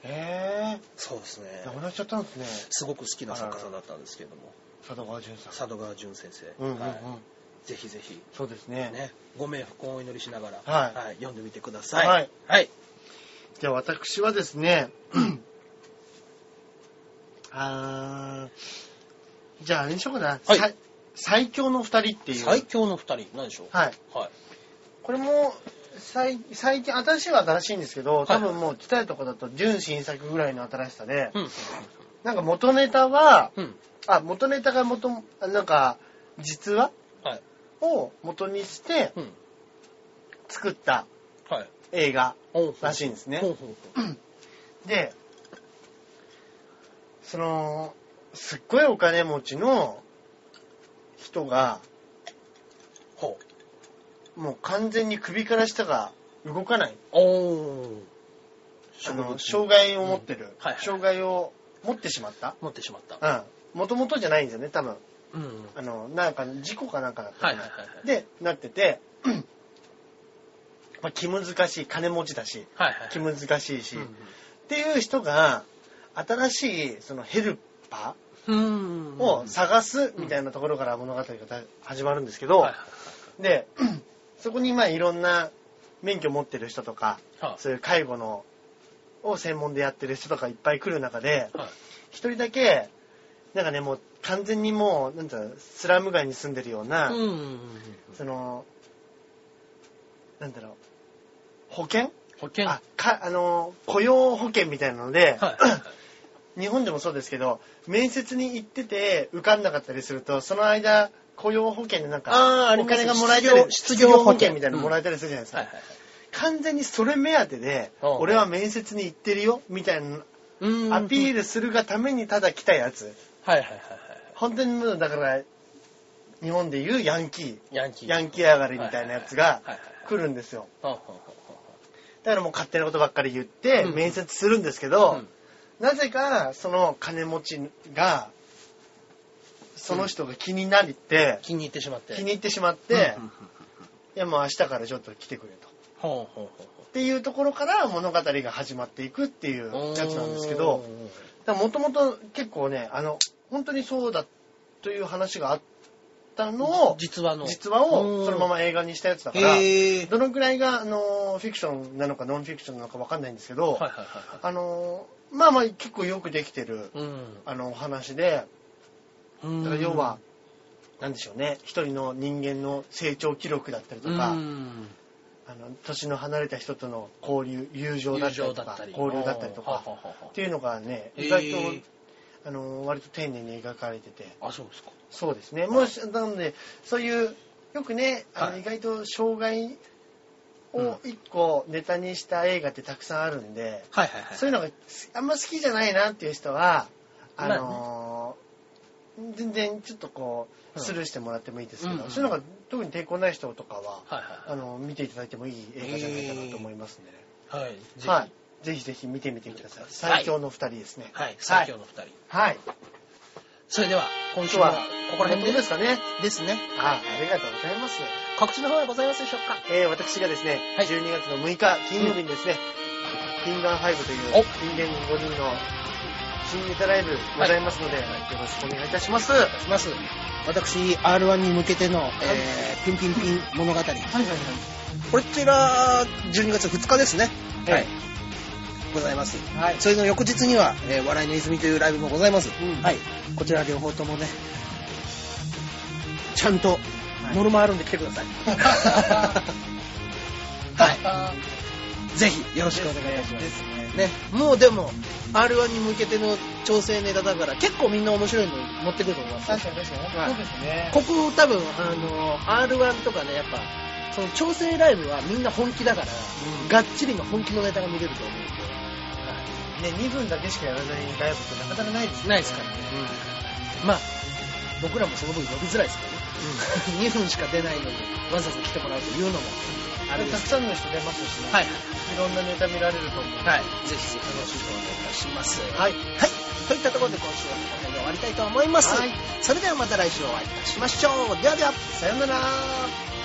[SPEAKER 2] へえ
[SPEAKER 1] そうですね
[SPEAKER 2] 亡くなっちゃったんですね
[SPEAKER 1] すごく好きな作家さんだったんですけれども
[SPEAKER 2] 佐藤川淳さん
[SPEAKER 1] 佐渡川淳先生、
[SPEAKER 2] うんうんうん、
[SPEAKER 1] はい、ぜひぜひ
[SPEAKER 2] そうですね
[SPEAKER 1] ね、ご冥福をお祈りしながら、
[SPEAKER 2] はい
[SPEAKER 1] 読んでみてください。
[SPEAKER 2] はい。
[SPEAKER 1] はい。
[SPEAKER 2] じゃあ私はですね あーじゃああれにしようかな、
[SPEAKER 1] はい
[SPEAKER 2] さ最強の二人っていう
[SPEAKER 1] 最強の二人、何でしょう
[SPEAKER 2] はい
[SPEAKER 1] はい。
[SPEAKER 2] これも最最近新しいは新しいんですけど多分もう来たいとこだと純新作ぐらいの新しさで、
[SPEAKER 1] うん。
[SPEAKER 2] なんか元ネタは
[SPEAKER 1] うん。
[SPEAKER 2] あ元ネタが元なんか実話
[SPEAKER 1] はい。
[SPEAKER 2] を元にして
[SPEAKER 1] うん。
[SPEAKER 2] 作った
[SPEAKER 1] はい。
[SPEAKER 2] 映画
[SPEAKER 1] おう
[SPEAKER 2] らしいんですね
[SPEAKER 1] ほうほうほう
[SPEAKER 2] でそのすっごいお金持ちの人が
[SPEAKER 1] ほう。
[SPEAKER 2] もう完全に首から下が動かない
[SPEAKER 1] おー
[SPEAKER 2] あ
[SPEAKER 1] 植
[SPEAKER 2] の
[SPEAKER 1] 物
[SPEAKER 2] 障害を持ってる、
[SPEAKER 1] はいはい
[SPEAKER 2] 障害を持ってしまった
[SPEAKER 1] 持ってしまった。
[SPEAKER 2] うんもともとじゃないんですよね多分
[SPEAKER 1] うん。はい
[SPEAKER 2] あのなんか事故かなんかだったか
[SPEAKER 1] はい
[SPEAKER 2] な
[SPEAKER 1] はいはい。
[SPEAKER 2] でなってて、 まあ、気難しい金持ちだし
[SPEAKER 1] はいはい。
[SPEAKER 2] 気難しいし、
[SPEAKER 1] う
[SPEAKER 2] っ
[SPEAKER 1] ん
[SPEAKER 2] ていう人が新しいそのヘルパ
[SPEAKER 1] うん。
[SPEAKER 2] ーを探すみたいなところから物語がだ始まるんですけど、
[SPEAKER 1] はいはい
[SPEAKER 2] で そこにまあいろんな免許持ってる人とか
[SPEAKER 1] はい。
[SPEAKER 2] そういう介護のを専門でやってる人とかいっぱい来る中で
[SPEAKER 1] はい
[SPEAKER 2] 一人だけなんかねもう完全にもうなんていうのスラム街に住んでるような、
[SPEAKER 1] うんうんうん。
[SPEAKER 2] そのなんだろう保険
[SPEAKER 1] 保険。は
[SPEAKER 2] あかあの雇用保険みたいなので
[SPEAKER 1] い、はいはい。
[SPEAKER 2] 日本でもそうですけど面接に行ってて受かんなかったりするとその間雇用保険でな
[SPEAKER 1] あ
[SPEAKER 2] ん
[SPEAKER 1] ー
[SPEAKER 2] か
[SPEAKER 1] あり
[SPEAKER 2] お
[SPEAKER 1] ます
[SPEAKER 2] 金がもらえたり
[SPEAKER 1] 失業失業保険
[SPEAKER 2] みたいなのもらえたりするじゃないですか、
[SPEAKER 1] はいはいはい。
[SPEAKER 2] 完全にそれ目当てで
[SPEAKER 1] うん
[SPEAKER 2] 俺は面接に行ってるよみたいな
[SPEAKER 1] うん
[SPEAKER 2] アピー
[SPEAKER 1] ル。
[SPEAKER 2] ルするがためにただ来たやつ
[SPEAKER 1] はいはいはいは
[SPEAKER 2] 本当にもうだから日本でいうヤンキ
[SPEAKER 1] い。ヤンキ
[SPEAKER 2] ー
[SPEAKER 1] ー。
[SPEAKER 2] ヤンキー上がりみたいなやつが
[SPEAKER 1] はいはいはいはい
[SPEAKER 2] 来るんですよ
[SPEAKER 1] ほうほうほうほ
[SPEAKER 2] だからもう勝手なことばっかり言って
[SPEAKER 1] うん
[SPEAKER 2] 面接するんですけ
[SPEAKER 1] う
[SPEAKER 2] ど
[SPEAKER 1] ん、
[SPEAKER 2] なぜかその金持ちがその人が気になりって
[SPEAKER 1] う気に入ってしまって。
[SPEAKER 2] 気に入ってしま
[SPEAKER 1] う
[SPEAKER 2] っ
[SPEAKER 1] ん
[SPEAKER 2] て
[SPEAKER 1] うんうん
[SPEAKER 2] いやもう明日からちょっと来てくれと
[SPEAKER 1] ほうほうほうほう。
[SPEAKER 2] っていうところから物語が始まっていくっていうやつなんですけどもともと結構ねあの本当にそうだという話があったのを
[SPEAKER 1] 実話の
[SPEAKER 2] 実話をそのまま映画にしたやつだから
[SPEAKER 1] へー
[SPEAKER 2] どのくらいがあのフィクションなのかノンフィクションなのか分かんないんですけど、
[SPEAKER 1] はいはいはいは
[SPEAKER 2] あのまあまあ結構よくできてる
[SPEAKER 1] い
[SPEAKER 2] あのお話で
[SPEAKER 1] うん
[SPEAKER 2] だから要はなんでしょうね一人の人間の成長記録だったりとか。
[SPEAKER 1] うん
[SPEAKER 2] あの年の離れた人との交流友情だったり
[SPEAKER 1] 友情
[SPEAKER 2] と
[SPEAKER 1] だっ
[SPEAKER 2] か
[SPEAKER 1] たり
[SPEAKER 2] 交流だったりと
[SPEAKER 1] は
[SPEAKER 2] か
[SPEAKER 1] あはあはあ
[SPEAKER 2] っていうのがね
[SPEAKER 1] へー
[SPEAKER 2] 意外と、あの割と丁寧に描かれてて
[SPEAKER 1] あそうですか
[SPEAKER 2] そうですねもしなのでそういうよくねあ
[SPEAKER 1] は
[SPEAKER 2] の
[SPEAKER 1] い
[SPEAKER 2] 意外と障害を一個ネタにした映画ってたくさんあるんで、
[SPEAKER 1] はいはいはい
[SPEAKER 2] そういうのがあんま好きじゃないなっていう人はあの全然ちょっとこうスルーしてもらってもいいですけど、
[SPEAKER 3] うんうん
[SPEAKER 2] そういうのが特に抵抗ない人とかは、
[SPEAKER 3] はいはい
[SPEAKER 2] あの見ていただいてもいい映画じゃないかなと思いますね、
[SPEAKER 1] はい。
[SPEAKER 3] ぜひ
[SPEAKER 2] はいぜひぜひ見てみてください最強の2人ですね
[SPEAKER 1] はい。最強の二人。
[SPEAKER 2] はい
[SPEAKER 1] それでは、今
[SPEAKER 2] 今
[SPEAKER 1] 週
[SPEAKER 2] 日
[SPEAKER 1] は
[SPEAKER 2] は
[SPEAKER 1] こ
[SPEAKER 2] こ
[SPEAKER 1] こ
[SPEAKER 2] こ
[SPEAKER 1] ら
[SPEAKER 2] ら
[SPEAKER 1] 辺
[SPEAKER 2] 辺
[SPEAKER 1] で
[SPEAKER 2] ですすかね
[SPEAKER 1] ですね。
[SPEAKER 2] あありがとうございます
[SPEAKER 1] 告知の方はございますでしょうか
[SPEAKER 2] えー私がですね、
[SPEAKER 1] はい
[SPEAKER 2] 12月の6日金曜日にですね、キンガン5という
[SPEAKER 3] お
[SPEAKER 2] 人間5人の新ネタライブございますので、よろしくお願いいたします。はい
[SPEAKER 1] します。私、R1 に向けての、えー、ピンピンピン物語。
[SPEAKER 2] はいはい。
[SPEAKER 1] こちら、12月2日ですね。
[SPEAKER 2] ええ
[SPEAKER 1] はい。ございます。
[SPEAKER 2] はい
[SPEAKER 1] それの翌日には、えー笑いの泉というライブもございます。
[SPEAKER 2] うん
[SPEAKER 1] はい。こちら両方ともね、ちゃんと、ノルマあるんで来てく ださい。はい。ぜひ、よろしくお願いいたします。
[SPEAKER 2] ですね。
[SPEAKER 1] ね、もうでも R1 に向けての調整ネタだから結構みんな面白いの持ってくると思います
[SPEAKER 2] 確かに確かに。
[SPEAKER 1] はい
[SPEAKER 2] そうですね。
[SPEAKER 1] ここ多分あの R1 とかねやっぱその調整ライブはみんな本気だから、
[SPEAKER 2] うん
[SPEAKER 1] がっちりの本気のネタが見れると思うんで
[SPEAKER 2] ね、2分だけしかやらないライブってなかなかないですね。
[SPEAKER 1] ないですからねまあ僕らもその分呼びづらいですけどね、2 分しか出ないのにわざわざ来てもらうというのもあ
[SPEAKER 2] あ
[SPEAKER 1] れ
[SPEAKER 2] れ
[SPEAKER 1] で
[SPEAKER 2] たく
[SPEAKER 1] す
[SPEAKER 2] さんの人出ますしね。
[SPEAKER 1] はい
[SPEAKER 2] い。ろんなネタ見られると思う。
[SPEAKER 1] はいぜひぜひよろしくお願いします
[SPEAKER 2] は
[SPEAKER 1] は
[SPEAKER 2] い。
[SPEAKER 1] い。といったところで今週はこの辺で終わりたいと思います。
[SPEAKER 2] はい
[SPEAKER 1] それではまた来週お会いいたしましょう。ではでは。
[SPEAKER 2] さよなら。